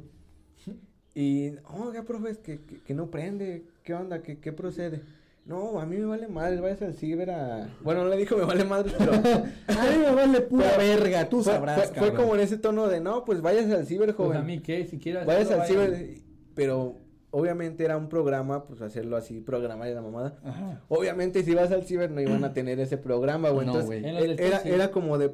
S2: Y, oiga, profe, es que, que, que no prende. ¿Qué onda? ¿Qué, qué procede? No, a mí me vale madre, vayas al ciber a... Bueno, no le dijo me vale madre, (laughs) pero...
S1: A mí me vale pura
S2: Fue-
S1: verga, tú
S2: fue-
S1: sabrás,
S2: fue, fue
S1: cabrón.
S2: como en ese tono de, no, pues vayas al ciber, joven.
S3: Pues a mí, ¿qué? Si quieres.
S2: Vayas
S3: hacerlo,
S2: al
S3: vaya.
S2: ciber, pero obviamente era un programa, pues hacerlo así, programar y la mamada.
S3: Ah.
S1: Ajá.
S2: Obviamente si vas al ciber no iban a tener ese programa, güey.
S1: No,
S2: Entonces,
S1: güey.
S3: En los de
S2: era,
S3: sí.
S2: era como de...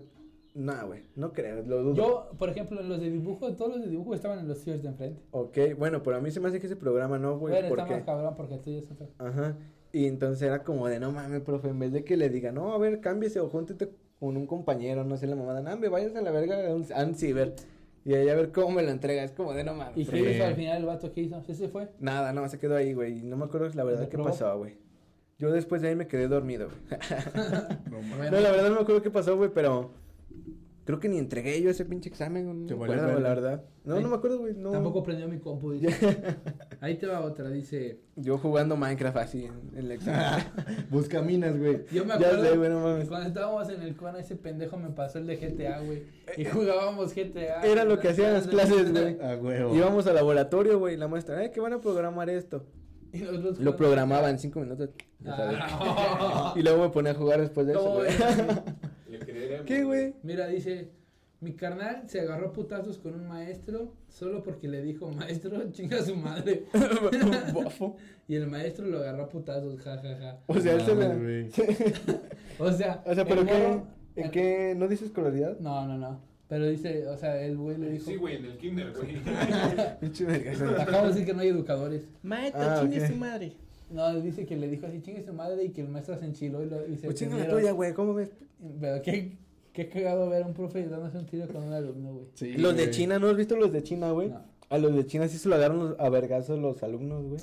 S2: Nah, güey, no creo, lo dudo.
S3: Yo, por ejemplo, en los de dibujo, todos los de dibujo estaban en los cibers de enfrente.
S2: Ok, bueno, pero a mí se me hace que ese programa no, güey,
S3: Pero está más
S2: porque...
S3: cabrón porque tú ya estás.
S2: Ajá, y entonces era como de, no mames, profe, en vez de que le diga, no, a ver, cámbiese o júntete con un compañero, no sé, la mamada, no, hombre, vayas a la verga a un a un ciber y ahí a ver cómo me lo entrega, es como de, no mames.
S3: ¿Y
S2: profe".
S3: qué hizo al final el vato que hizo? ¿Sí se fue?
S2: Nada, no, se quedó ahí, güey. y No me acuerdo la verdad qué
S3: ¿Reprobó?
S2: pasaba, güey. Yo después de ahí me quedé dormido, güey.
S3: Bueno,
S2: No, la verdad no me acuerdo qué pasó, güey, pero creo que ni entregué yo ese pinche examen, no
S1: Te
S2: me
S1: valió
S2: acuerdo, güey, la
S1: verga.
S2: verdad. No,
S3: Ay,
S2: no me acuerdo, güey, no.
S3: Tampoco prendió mi compu.
S2: (laughs)
S3: dice. Ahí te va otra, dice.
S2: Yo jugando Minecraft así en el examen.
S1: Busca minas, güey.
S3: (laughs) Yo me
S2: ya
S3: acuerdo.
S2: sé, güey, no mames.
S3: Cuando estábamos en el CONA, ese pendejo me pasó el de GTA, güey. Y jugábamos GTA.
S2: Eh, Era lo que hacían las clases, güey.
S1: A huevo.
S2: Íbamos al laboratorio, güey, y la maestra, eh, que van a programar esto.
S3: Y nosotros
S2: Lo
S3: jugando-
S2: programaba en cinco minutos, ya sabes.
S3: Ah, (laughs)
S2: Y luego me ponía a jugar después de eso,
S3: ¿Cómo
S2: güey.
S3: ves?
S4: Le creeremos,
S2: ¿Qué, güey?
S3: Mira, dice, mi carnal se agarró a putazos con un maestro solo porque le dijo, maestro, (laughs) chinga a su madre.
S2: Bofo.
S3: Y el maestro lo agarró a putazos, jajaja.
S2: O sea, él se
S1: Mames,
S2: me...
S1: güey.
S3: O sea,
S2: O sea,
S3: el
S2: pero qué,
S3: morro-
S2: ¿en
S3: el-
S2: qué? ¿No dices coloridad?
S3: No, no, no. Pero dice, o sea, el güey le dijo,
S4: Sí, güey, en el kinder, güey.
S2: Pinche verga.
S1: (laughs)
S3: acabo de decir que no hay educadores.
S1: Maestro,
S2: Ah,
S1: chingue
S2: ok.
S1: su madre.
S3: No, dice que le dijo así, chinga su madre y que el maestro se enchiló y, lo, y se
S2: Pues chinga la
S3: prendieron.
S2: tuya, güey, ¿cómo ves?
S3: Pero qué, qué cagado ver a un profe dándose un tiro con un alumno, güey.
S1: Sí,
S2: los de
S1: güey.
S2: China, ¿no has visto los de China, güey?
S3: No.
S2: A los de China sí se lo agarraron los- a vergazos los alumnos, güey.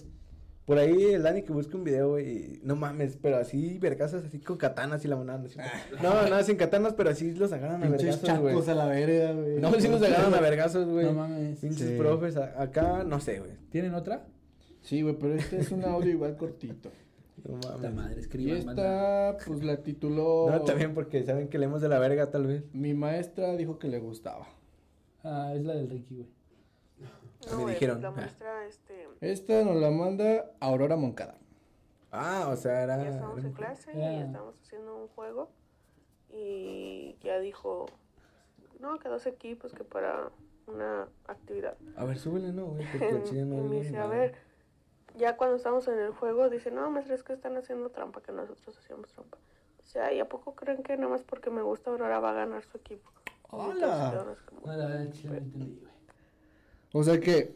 S2: Por ahí el Dani que busca un video, güey, y no mames, pero así vergazos, así con katanas y la manada. ¿no es cierto? No, no, sin katanas, pero así los agarran a
S1: Ah. Pinches
S2: vergazos, güey.
S1: chacos a la verga, güey.
S2: No, sí los agarran a vergazos, güey.
S3: No mames.
S2: Pinches
S1: Sí.
S2: profes, a- acá, no sé, güey.
S3: ¿Tienen otra?
S2: (laughs)
S1: Sí, güey, pero este es un audio igual cortito.
S2: No
S3: Puta
S2: mames.
S3: madre,
S1: Y
S3: escriban, banda.
S1: esta, pues la tituló.
S2: (laughs) No, también porque saben que leemos de la verga, tal vez.
S1: Mi maestra dijo que le gustaba.
S3: Ah, es la del Ricky, güey.
S2: Me
S6: es
S2: dijeron,
S6: La
S2: ah.
S6: maestra, este.
S1: Esta nos la manda Aurora Moncada.
S2: Ah, o sea, era.
S6: Ya estábamos en
S2: era-
S6: clase y
S3: Ya.
S6: estábamos haciendo un juego. Y ya dijo, no, que dos equipos que para una actividad.
S2: A ver, súbele, no, güey, porque el
S6: (laughs) Y
S2: chile no
S6: me
S2: es
S6: dice, a ver, ya cuando estamos en el juego, dice, no, maestra, es que están haciendo trampa, que nosotros hacíamos trampa. Dice, ay, ¿a poco creen que nada más porque me gusta Aurora va a ganar su equipo? Y entonces
S1: ¡Hala!
S6: quedamos como,
S3: No, la verdad, chile, no entendí, güey.
S1: O sea que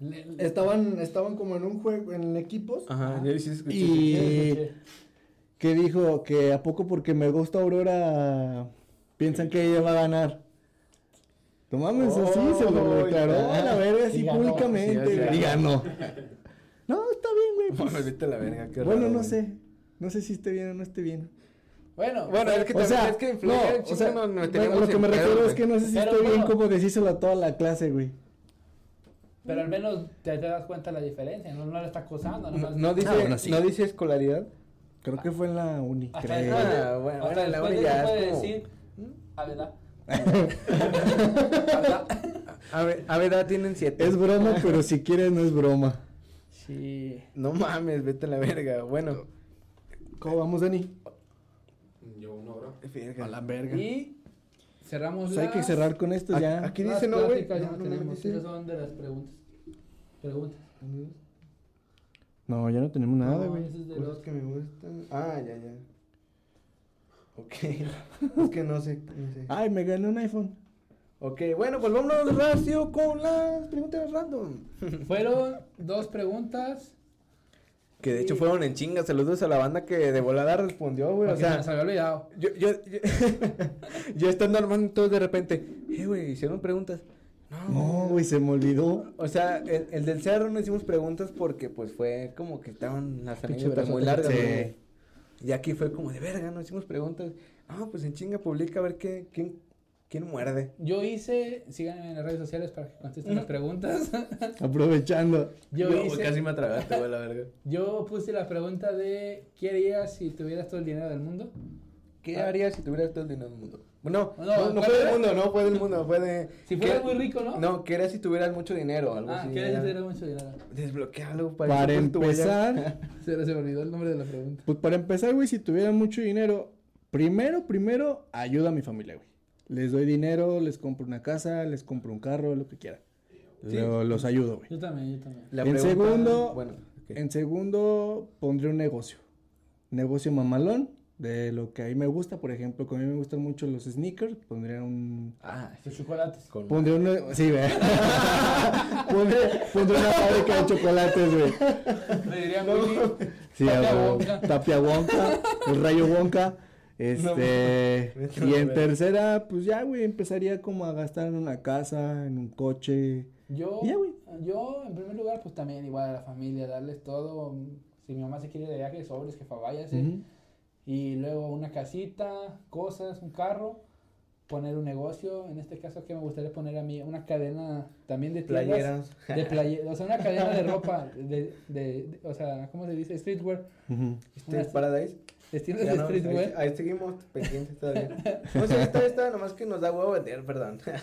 S3: Le- le-
S1: estaban, estaban como en un juego, en equipos.
S2: Ajá, yo Ah, sí escuché.
S1: Y-
S3: Sí, escuché.
S1: Que dijo que a poco porque me gusta Aurora piensan que ella va a ganar. No mames, así se lo
S2: Oh,
S1: declaró
S2: ya.
S1: a la verga así
S3: Y ganó,
S1: públicamente.
S2: sí, o sea.
S1: güey. Y ganó. No, está bien,
S2: (laughs)
S1: güey. pues.
S2: Mames, vete a la verga, qué
S1: bueno,
S2: raro,
S1: no
S2: güey.
S1: sé. No sé si esté bien o no esté bien.
S3: Bueno,
S2: Bueno, es que
S1: O
S2: también
S1: sea,
S2: es que
S1: no,
S2: influye
S1: o sea,
S2: no,
S1: bueno, lo que me refiero es que no sé si
S3: Pero
S1: estoy bien
S3: bueno.
S1: como decírselo a toda la clase, güey.
S3: pero al menos te, te das cuenta la diferencia. No, no le está acosando.
S2: No,
S3: nomás-
S2: no dice,
S1: Ah, bueno, sí.
S2: no dice escolaridad.
S1: Creo que fue en la uni,
S3: Hasta
S1: creo.
S3: después de-
S2: Ah, bueno,
S3: hasta
S2: bueno, en la
S3: después
S2: uni
S3: de
S2: ya
S3: eso
S2: es
S3: puede
S2: como-
S3: decir, "Mm, a
S2: (laughs)
S3: verdad. A verdad.
S2: A ver, a ver, ah, tienen siete.
S1: Es broma, pero si quieres no es broma.
S3: Sí.
S2: No mames, vete a la verga. Bueno,
S1: ¿Cómo vamos, Dani?
S4: Yo una hora.
S2: verga.
S1: verga.
S3: Y cerramos
S1: Pues hay que
S3: las-
S1: cerrar con esto ya.
S2: Aquí
S3: las
S2: dice no, güey.
S3: pláticas, ya
S2: No,
S3: no
S2: no,
S3: tenemos.
S2: dice-
S3: Esas son de las preguntas. Preguntas.
S1: No, ya no tenemos nada,
S3: No,
S1: güey.
S3: eso es de
S2: Cosas
S3: los-
S2: que me gustan. Ah, ya, ya. Ok. (laughs) es que no sé, no sé.
S1: Ay, me gané un iPhone.
S2: Ok, bueno, pues vámonos ratio con las preguntas random.
S3: Fueron dos preguntas.
S2: Que de hecho fueron en chinga. Saludos a la banda que de volada respondió, güey. O
S3: porque se nos
S2: sea,
S3: había olvidado.
S2: yo, yo, yo, (laughs) yo estando armando todos de repente. Eh, güey, hicieron preguntas. No,
S1: No, güey, se me olvidó.
S2: O sea, el, el del cerro no hicimos preguntas porque pues fue como que estaban las
S1: Pinche
S2: anécdotas muy largas.
S1: brazote.
S2: güey. Y aquí fue como de verga, no hicimos preguntas. Ah, pues en chinga publica a ver qué, quién, quién muerde.
S3: Yo hice, síganme en las redes sociales para que contesten las preguntas. (laughs)
S1: Aprovechando.
S3: Yo
S2: No, güey,
S3: hice,
S2: casi me atragaste, güey, la verga.
S3: yo puse la pregunta de ¿qué harías si tuvieras todo el dinero del mundo?
S2: ¿Qué
S3: Ah.
S2: harías si tuvieras todo el dinero del mundo? No,
S3: No,
S2: no, no,
S3: ¿cuál
S2: fue
S3: era?
S2: del mundo, no fue del mundo, fue de...
S3: Si fueras
S2: ¿qué-
S3: muy rico, ¿no?
S2: No, ¿qué harías si tuvieras mucho dinero? Algo
S3: Ah,
S2: así,
S3: ¿qué harías
S2: era-
S3: si tuvieras mucho dinero?
S2: Desbloquearlo
S1: Para,
S2: irse por tu huella.
S1: empezar,
S3: (laughs) Se, se me olvidó el nombre de la pregunta.
S1: pues para empezar, güey, si tuviera mucho dinero, primero, primero, ayuda a mi familia, güey. Les doy dinero, les compro una casa, les compro un carro, lo que quieran. Lo- los ayudo, güey.
S3: Yo también, yo también.
S2: La
S1: En segundo,
S2: Bueno, ok.
S1: En segundo, pondré un negocio. Negocio mamalón, de lo que a mí me gusta. Por ejemplo, como a mí me gustan mucho los sneakers, pondría un...
S2: Ah,
S3: Los chocolates. (laughs)
S2: con...
S1: Pondré un... ne- Sí,
S2: (laughs)
S1: güey. pondré, pondré una fábrica de chocolates, güey.
S3: Me dirían Willy.
S1: Sí,
S3: Tapia
S1: a huevo.
S3: Wonka.
S1: Tapia Wonka, el Rayo Wonka.
S2: No,
S1: Este,
S2: mames.
S1: y en tercera, pues ya, güey, empezaría como a gastar en una casa, en un coche.
S3: Yo,
S1: Ya, güey.
S3: yo, en primer lugar, pues también igual a la familia, darles todo. Si mi mamá se quiere ir de viaje, sobres, que fa, váyase.
S1: Ujú.
S3: Y luego una casita, cosas, un carro, poner un negocio. En este caso, que me gustaría poner a mí una cadena también de tiendas.
S2: Playeras.
S3: De playeras. O sea, una cadena de ropa. De, de- de- o sea, ¿cómo se dice? Streetwear.
S1: Ujú.
S2: Este es Paradise.
S3: Las tiendas
S2: Ya
S3: de
S2: no, (laughs) ahí,
S3: streetwear.
S2: ahí seguimos
S3: (laughs)
S2: pendientes todavía. No sé, esta está, nomás que nos da huevo vender, perdón.
S3: Pues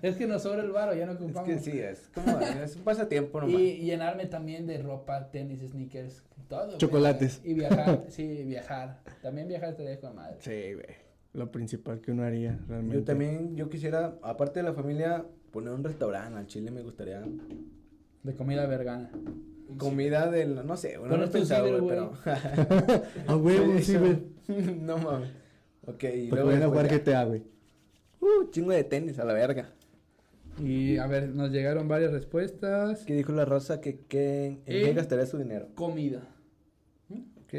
S3: Es que nos sobra el varo, ya no
S2: Es
S3: ocupamos.
S2: que sí, es como, es un pasatiempo nomás.
S3: Y llenarme también de ropa, tenis, sneakers, todo. güey.
S1: Chocolates.
S3: Y viajar, sí, viajar. También viajar estaría con madre.
S1: Sí, güey. Lo principal que uno haría realmente.
S2: Yo también, yo quisiera, aparte de la familia, poner un restaurante. Al Chile me gustaría
S3: De comida vergana.
S2: comida de, la- no sé, bueno, no he
S3: Pones tu
S2: pensado,
S3: ciber,
S2: güey,
S3: güey.
S2: pero... (laughs)
S1: A huevo, sí, Ah, güey.
S2: no mames. Ok,
S1: Porque
S2: y luego
S1: voy a
S2: después
S1: jugar
S2: ya.
S1: GTA, güey.
S2: Uh, chingo de tenis, a la verga.
S3: Y a ver, nos llegaron varias respuestas.
S2: Que dijo la raza que, que en
S3: Eh.
S2: qué gastaría su dinero.
S3: Comida.
S2: Ok.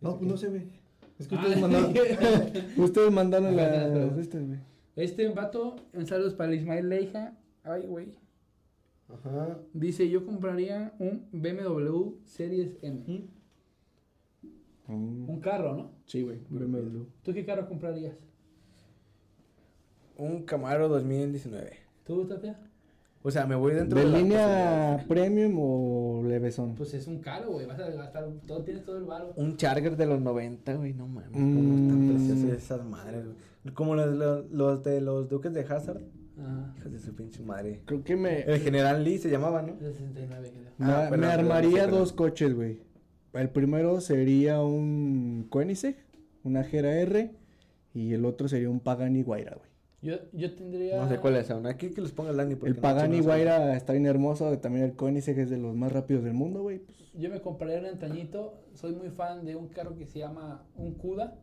S1: No, pues no sé, güey. Es que
S3: Ah.
S1: ustedes mandaron. ustedes mandaron
S3: Mandaron las
S1: las
S3: preguntas.
S1: estas, güey.
S3: Este vato, un saludo para el Ismael Leija. Ay, güey.
S2: Ajá.
S3: Dice, yo compraría un BMW Series M. Un carro, ¿no?
S1: Sí, güey. BMW.
S3: ¿Tú qué carro comprarías?
S2: Un Camaro 2019.
S3: ¿Tú, Tapia?
S2: O sea, me voy dentro
S1: ¿De
S2: la
S1: línea premium o levesón?
S3: Pues es un caro, güey. Vas a gastar. Todo, tienes todo el valor.
S2: Un Charger de los 90, güey, no mames. Cómo están
S1: Mm.
S2: preciosas esas madres, güey. Como los, los, los de los Duques de Hazard.
S3: Ajá.
S2: Hijos de su pinche madre.
S1: Creo que me,
S2: El General Lee se llamaba, ¿no?
S3: 69, creo.
S1: me-
S2: Eh, Ah,
S1: me,
S2: perdón,
S1: armaría
S2: perdón.
S1: dos coches, güey. El primero sería un Koenigsegg, una Gera R, y el otro sería un Pagani Guaira, güey.
S3: Yo, yo tendría.
S2: No sé cuáles son. Aquí que los ponga el Dani. porque
S1: El
S2: no
S1: Pagani
S2: conozco.
S1: Guaira está bien hermoso, también el Koenigsegg es de los más rápidos del mundo, güey. Pues,
S3: Yo me compraré un antañito. Soy muy fan de un carro que se llama un CUDA.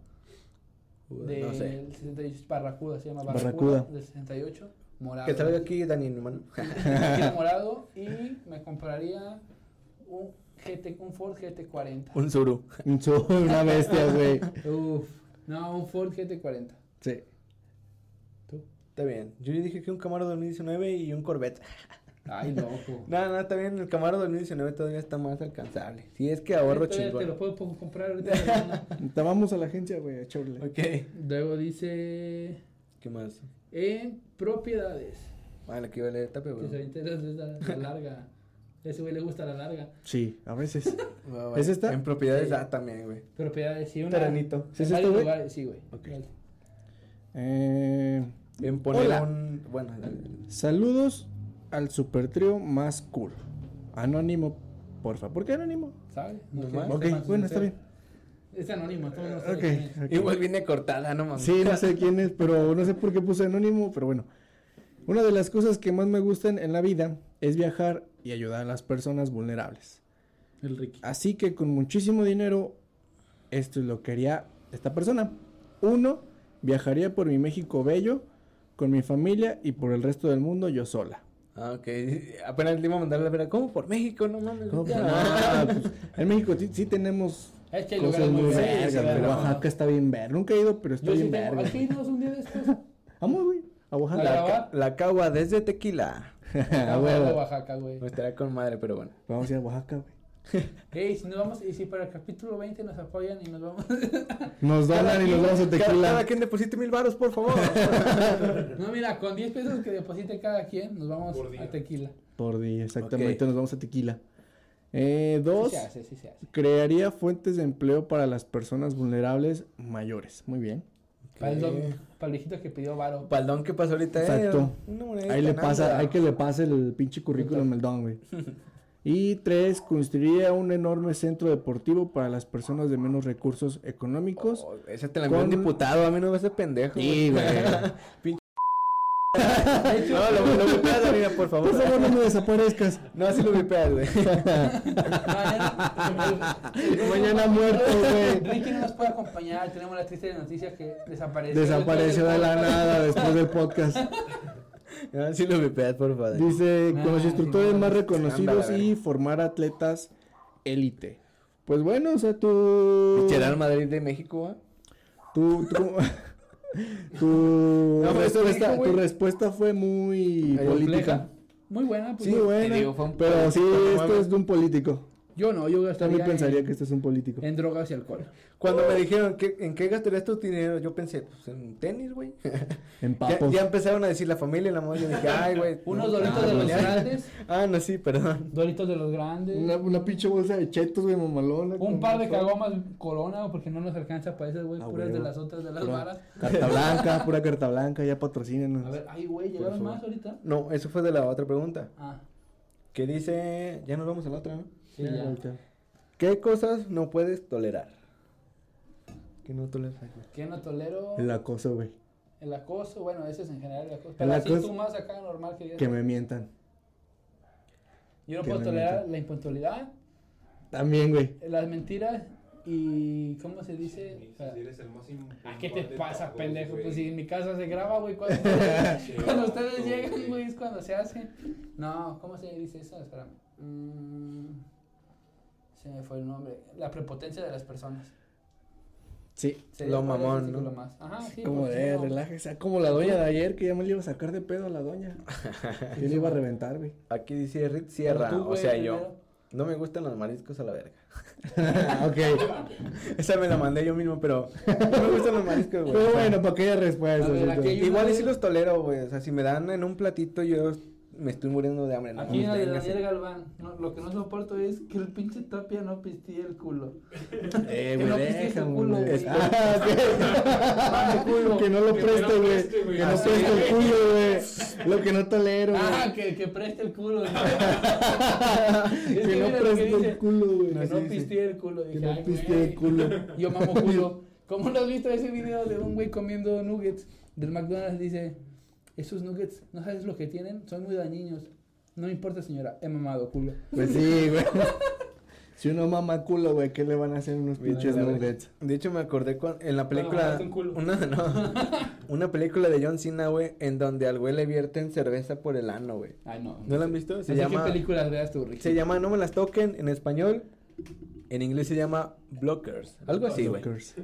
S2: Uy,
S3: Del
S2: No sé.
S3: 68, Barracuda, se llama
S1: Barracuda.
S3: Barracuda. Del 68, morado.
S2: Que traigo aquí Dani, hermano.
S1: (laughs)
S3: Aquí morado y me compraría un, GT, un Ford GT40.
S2: Un Zuru.
S1: (laughs) un Zuru, Pues, una bestia, güey.
S3: Uf, no, un Ford GT40.
S1: Sí.
S2: Está bien. Yo ya dije que un Camaro 2019 y un Corvette.
S1: (laughs)
S3: Ay, Este loco.
S2: No, no, está bien. El Camaro 2019 todavía está más alcanzable. Si es que ahorro
S3: Ahorita ya Te
S2: chingón.
S3: lo puedo po- comprar ahorita.
S1: Te vamos a la agencia, güey, a echarle.
S2: Ok.
S3: Luego dice
S2: ¿Qué más? Ah,
S3: en propiedades.
S2: Bueno, aquí vale el tape,
S3: Que se interesa la, la larga. Ese güey le gusta la larga.
S1: Sí, a veces.
S2: güey.
S1: ¿Es esta?
S2: En propiedades
S3: Sí.
S2: ah, también, güey.
S3: Propiedades, sí, una.
S2: Taranito.
S1: ¿Sí es este,
S3: en varios
S1: güey?
S3: lugares, Sí, güey.
S1: Ok.
S3: Dale.
S1: (laughs) Eh,
S2: En poner
S1: Hola.
S2: un. Bueno, dale, dale.
S1: saludos al super trío más cool. Anónimo, porfa. ¿Por qué anónimo?
S3: ¿Sabe? No
S2: Nomás.
S3: sé,
S1: Ok,
S3: sepan sus
S1: bueno, está
S3: deseos.
S1: bien.
S3: Es anónimo, entonces no sé
S1: Ok,
S3: quién es.
S1: ok.
S2: Igual viene cortada, no mames.
S1: Sí, no sé quién es, pero no sé por qué puse anónimo, pero bueno. Una de las cosas que más me gustan en la vida es viajar y ayudar a las personas vulnerables.
S3: El Ricky.
S1: Así que con muchísimo dinero, esto es lo que haría esta persona. Uno, viajaría por mi México bello, con mi familia y por el resto del mundo yo sola.
S2: Ah, ok. Apenas le iba a mandar la vera. ¿Cómo? Por México, no mames.
S1: No, pues,
S2: Ya.
S1: no, pues, en México sí, sí tenemos
S3: Es que hay
S1: cosas
S3: lugares
S1: muy
S3: muy bellos,
S1: vergas, güey.
S3: ¿verdad?
S1: Oaxaca está bien verga. Nunca he ido, pero está
S3: Yo sí
S1: bien
S3: tengo.
S1: verga. Ah,
S3: Aquí irnos un día
S1: (laughs)
S3: después.
S1: Vamos, güey. A Oaxaca.
S3: Claro.
S2: La, ca- la cagua desde tequila.
S1: (laughs) A
S3: A
S1: huevo.
S3: Ah,
S1: Pues
S3: Oaxaca, güey.
S2: No estará con madre, pero bueno.
S1: Vamos a ir a Oaxaca, güey.
S3: Ey, si nos vamos, y si para el capítulo 20 nos apoyan y
S1: (laughs)
S3: nos vamos.
S1: Nos donan y nos vamos a
S2: Cada, cada
S1: tequila.
S2: quien deposite mil baros,
S1: (laughs)
S2: por favor.
S3: No, mira, con 10 pesos que deposite cada quien, nos vamos
S4: Por día.
S3: a tequila.
S1: Por día, exactamente.
S2: Ok.
S1: Nos vamos a tequila. Eh, dos,
S3: Sí se hace, sí se hace.
S1: crearía fuentes de empleo para las personas vulnerables mayores. Muy bien.
S3: Para el, don- para el viejito que
S1: (laughs)
S3: pidió varo.
S2: Paldón que pasó ahorita. eh,
S1: Exacto.
S2: una monedita,
S1: Ahí le
S2: nada.
S1: pasa, hay que le pase el pinche currículum al
S2: (laughs)
S1: don, güey. Y tres, construiría un enorme centro deportivo para las personas de menos recursos económicos.
S2: Oh, ese te la envió un
S1: Con-
S2: diputado, a mí no me hace pendejo.
S1: Sí, güey.
S2: No, lo, lo vipeas, Daniela,
S1: Por
S2: por favor.
S1: favor, no me
S2: (laughs)
S1: desaparezcas.
S2: (laughs) No, así lo vipeas,
S1: (laughs)
S2: güey.
S3: Mañana,
S1: Mañana muerto, güey.
S3: Ricky no nos puede acompañar. Tenemos la triste noticia que desapareció.
S1: Desapareció de la nada después del podcast.
S2: No, así lo vipeas, por favor.
S1: Dice, con los
S3: Ah,
S1: instructores
S3: no,
S1: más
S3: no,
S1: reconocidos
S2: ándale, a
S1: y formar atletas élite. Pues bueno, o sea, tu...
S2: Literal Madrid de México, ¿eh?
S1: Tu... Tu... (laughs) tu
S2: No, pero eso
S1: respuesta,
S2: dijo,
S1: tu
S2: güey.
S1: respuesta fue muy
S2: Ahí
S1: política.
S3: Muy buena, pues.
S1: Sí,
S3: yo-
S1: bueno.
S2: digo, fue un
S1: Pero
S2: político,
S1: sí,
S2: no
S1: esto
S2: mames.
S1: es de un político.
S3: Yo no, yo gastaría.
S1: También pensaría
S3: en,
S1: que este es un político.
S3: en drogas y alcohol.
S2: Cuando
S1: Oh.
S2: me dijeron, ¿qué- ¿en qué gastarías tu dinero? Yo pensé, pues en tenis, güey.
S1: En
S2: Ya,
S1: papos.
S2: ya empezaron a decir la familia y la madre. Yo dije, ay, güey.
S3: (laughs) Unos
S2: no,
S3: doritos
S2: no,
S3: de los
S2: ya.
S3: grandes.
S2: Ah, no, sí, perdón.
S3: Doritos de los grandes.
S1: Una, una pinche bolsa de chetos, güey, mamalona.
S3: Un
S1: con
S3: par de
S1: eso.
S3: cagomas corona, porque no nos alcanza para esas, güey,
S1: Ah,
S3: puras de
S1: huevo.
S3: las otras de las
S1: Pura
S3: varas.
S1: (laughs) Carta blanca, pura carta blanca, ya patrocinan.
S3: A ver, ay, güey, llegaron más ahorita.
S2: No, eso fue de la otra pregunta.
S3: Ah,
S2: Que dice, ya nos vamos a la otra, ¿no?
S3: sí, ya.
S2: ¿Qué cosas no puedes tolerar? ¿Qué no toleras?
S3: ¿Qué no tolero?
S1: El acoso, güey.
S3: El acoso, bueno, eso es en general el acoso. Pero
S1: El
S3: así
S1: acoso-
S3: tú más acá normal que digas,
S1: Que me mientan.
S3: Yo no
S1: que
S3: puedo
S1: me
S3: tolerar
S1: mientan.
S3: la impuntualidad,
S1: También, güey.
S3: las mentiras y. ¿Cómo se dice? Ah,
S4: Si eres el más
S3: ¿A qué te
S4: impuntual de
S3: pasa,
S4: todos,
S3: pendejo?
S4: güey.
S3: Pues si en mi casa se graba, güey, cuando, (laughs) cuando ustedes llegan, güey, es cuando se hace. No, ¿cómo se dice eso? Espérame. Mm, se me fue el nombre. La prepotencia de las personas.
S1: Sí.
S3: Sería
S2: Lo
S3: cuál es
S2: mamón,
S3: el
S2: ¿no?
S3: título más. Ajá, sí.
S1: Como
S3: porque
S1: de,
S3: no-
S1: relájese. Como la doña de ayer, que ya me le iba a sacar de pedo a la (laughs) doña. Yo le iba a reventar, güey.
S2: Aquí dice Rick
S3: Pero
S2: Sierra,
S3: tú,
S2: o
S3: güey,
S2: sea,
S3: primero.
S2: yo. No me gustan los mariscos a la verga.
S1: Ah, ok. (laughs)
S2: Esa me la mandé yo mismo, pero (laughs) no me gustan los mariscos, güey.
S1: Pero bueno, para que ella respuesta.
S3: A ver,
S1: sí,
S3: aquí
S1: güey.
S3: hay-
S2: Igual y si los tolero, güey. O sea, si me dan en un platito, yo me estoy muriendo de hambre. no
S3: Aquí en
S2: mames,
S3: el de
S2: véngase.
S3: Daniel Galván, no, lo que no soporto es que el pinche Tapia no pistee
S1: (laughs)
S3: el culo.
S2: Eh,
S3: Que
S2: güey,
S3: no piste
S2: deja,
S3: su culo,
S2: güey.
S3: güey.
S2: Espera.
S3: Ah, culo.
S1: Que no lo
S4: Que
S1: preste,
S4: no lo
S1: güey.
S4: preste, güey.
S1: Que no
S4: Ah,
S1: preste el
S3: (laughs)
S4: sí.
S1: culo, güey. Lo que no tolero, güey.
S3: Ah, que, que preste el
S1: (laughs)
S3: culo. ¿no?
S1: que,
S3: Es que mira
S1: no
S3: lo que
S1: preste
S3: dice,
S1: el culo, güey.
S3: Que
S1: Así
S3: no
S1: dice.
S3: pistee el culo. Dije,
S1: Que no
S3: ay,
S1: pistee el
S3: güey.
S1: culo.
S3: Yo mamo culo. ¿Cómo no has visto ese video de un güey comiendo nuggets del McDonald's? Dice, esos nuggets, ¿no sabes lo que tienen? Son muy dañinos. No me importa, señora, he mamado culo.
S1: Pues sí,
S3: (laughs)
S1: güey. Si uno mama culo, güey, ¿qué le van a hacer unos pinches
S2: la verga.
S1: nuggets?
S2: De hecho, me acordé cuan- en la película.
S3: mamaste un culo. (laughs)
S2: Una, no, una película de John Cena, güey, en donde al güey le vierten cerveza por el ano, güey.
S3: Ay, no.
S2: ¿No la han visto? Se
S3: Así
S2: llama.
S3: ¿Qué películas veas tú, Ricky?
S2: Se llama No me las toquen en español. En inglés se llama Blockers. Algo así, güey.
S1: Fuckers.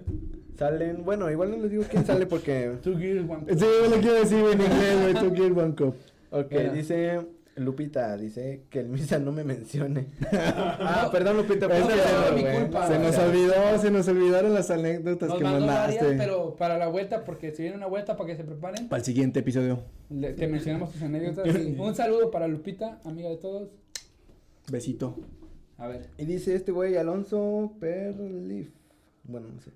S2: Salen, bueno, igual no les digo quién sale porque.
S3: Two Girls One Cup.
S1: Sí, yo lo quiero decir en inglés,
S3: (laughs)
S1: güey. Two Gear One Cup.
S2: Ok,
S3: Bueno.
S2: dice Lupita, dice que el misa no me mencione. ah, perdón, Lupita,
S1: Es
S2: perdón,
S1: que
S2: perdón,
S1: no, mi
S2: güey.
S3: culpa.
S1: Se nos olvidó, se nos olvidaron las anécdotas
S3: Ah, Nos
S1: que
S3: mandó varias,
S1: mandaste.
S3: pero para la vuelta, porque si viene una vuelta para que se preparen,
S1: Para el siguiente episodio.
S3: le- te mencionamos tus
S2: (laughs)
S3: anécdotas. Y un saludo para Lupita, amiga de todos.
S1: Besito.
S3: A ver.
S2: Y dice este güey, Alonso Perlif. Bueno, no sé.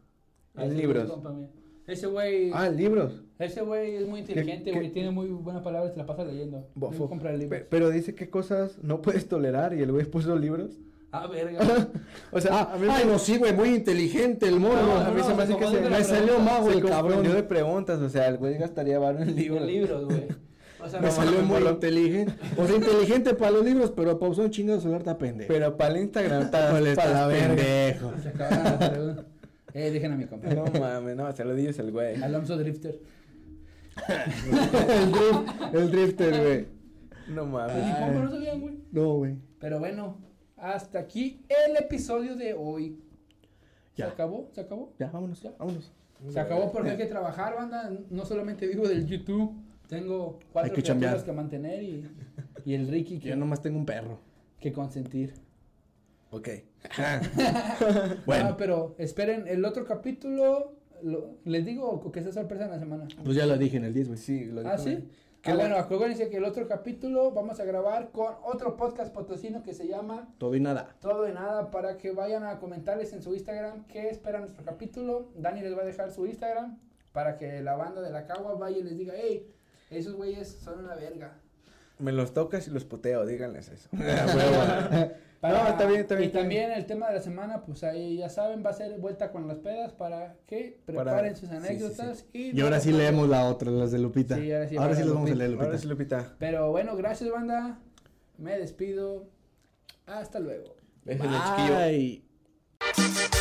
S1: Ah,
S2: En libros.
S3: compa mío. Ese güey.
S2: Ah, libros.
S3: Ese güey es muy inteligente,
S2: ¿Qué-
S3: güey.
S2: qué?
S3: Tiene muy buenas palabras, te la pasas leyendo.
S2: Bofo.
S3: No compra libros.
S2: Pe- Pero dice qué cosas no puedes tolerar y el güey puso libros.
S1: (laughs)
S3: Ah, verga.
S2: O sea, a mí me-
S1: Ah, Ay, no, sí, güey, muy inteligente el morro.
S3: No,
S2: a mí
S3: no,
S2: se me hace
S3: no,
S2: que
S3: no,
S2: se
S3: no,
S1: Me salió mago el
S2: se
S1: Ah, cabrón.
S2: confundió de preguntas, o sea, el güey gastaría varo en libros.
S3: En libros, güey. O sea,
S1: (laughs) Me
S3: no,
S1: salió
S3: no,
S1: muy
S3: no,
S1: inteligente. O sea, inteligente para los libros, pero para usar un chingo de celular está pendejo.
S2: Pero para el
S1: (laughs)
S2: Instagram está
S1: Pues le
S2: para la
S1: estás
S2: verga.
S1: pendejo.
S3: Se acabaron las preguntas. Eh, dejen a mi compa.
S2: No mames, no, se lo dices el güey.
S3: Alonso Drifter.
S1: (laughs) el, drift- el drifter, güey.
S2: No mames.
S1: Ah.
S3: ¿Cómo Pues, no sabían, güey?
S1: No, güey.
S3: Pero bueno, hasta aquí el episodio de hoy.
S1: Ya. Mm,
S3: ¿Se acabó? ¿Se acabó?
S1: Ya, vámonos, ya, vámonos.
S3: Se acabó porque hay que trabajar, banda. No solamente vivo del YouTube. Tengo cuatro
S1: Hay que chambear.
S3: criaturas que mantener y, y el Ricky
S1: Yo
S3: que,
S1: nomás tengo un perro.
S3: que consentir.
S2: Ok.
S1: (laughs) Bueno,
S3: Ah, pero esperen el otro capítulo. lo- les digo o que sea sorpresa en la semana.
S1: pues ya lo dije en el 10, güey.
S2: Sí, lo
S3: ¿Ah,
S2: dijo
S3: sí?
S2: bien.
S3: Ah,
S2: la-
S3: bueno, acuérdense que el otro capítulo vamos a grabar con otro podcast potosino que se llama
S1: Todo y nada.
S3: Todo de Nada para que vayan a comentarles en su Instagram qué espera nuestro capítulo. Dani les va a dejar su Instagram para que la banda de la Cagua vaya y les diga, hey, esos güeyes son una verga.
S2: Me los tocas y los puteo, díganles eso.
S1: Ah,
S3: Para-
S2: (laughs) No, está bien, está bien,
S3: Y
S2: está bien.
S3: también el tema de la semana, pues ahí ya saben, va a ser vuelta con las pedas para que
S2: Para-
S3: preparen sus
S2: sí, sí,
S3: anécdotas. Y,
S1: Y ahora sí
S3: leemos
S1: leemos la otra, las de Lupita.
S3: Sí, ahora
S1: ahora
S3: sí,
S1: sí,
S3: ahora
S1: las vamos a
S3: Lupita.
S1: leer, Lupita.
S2: Ahora sí, Lupita.
S3: Pero bueno, gracias banda. Me despido. Hasta luego.
S2: Déjenle, chiquillo.
S1: Bye.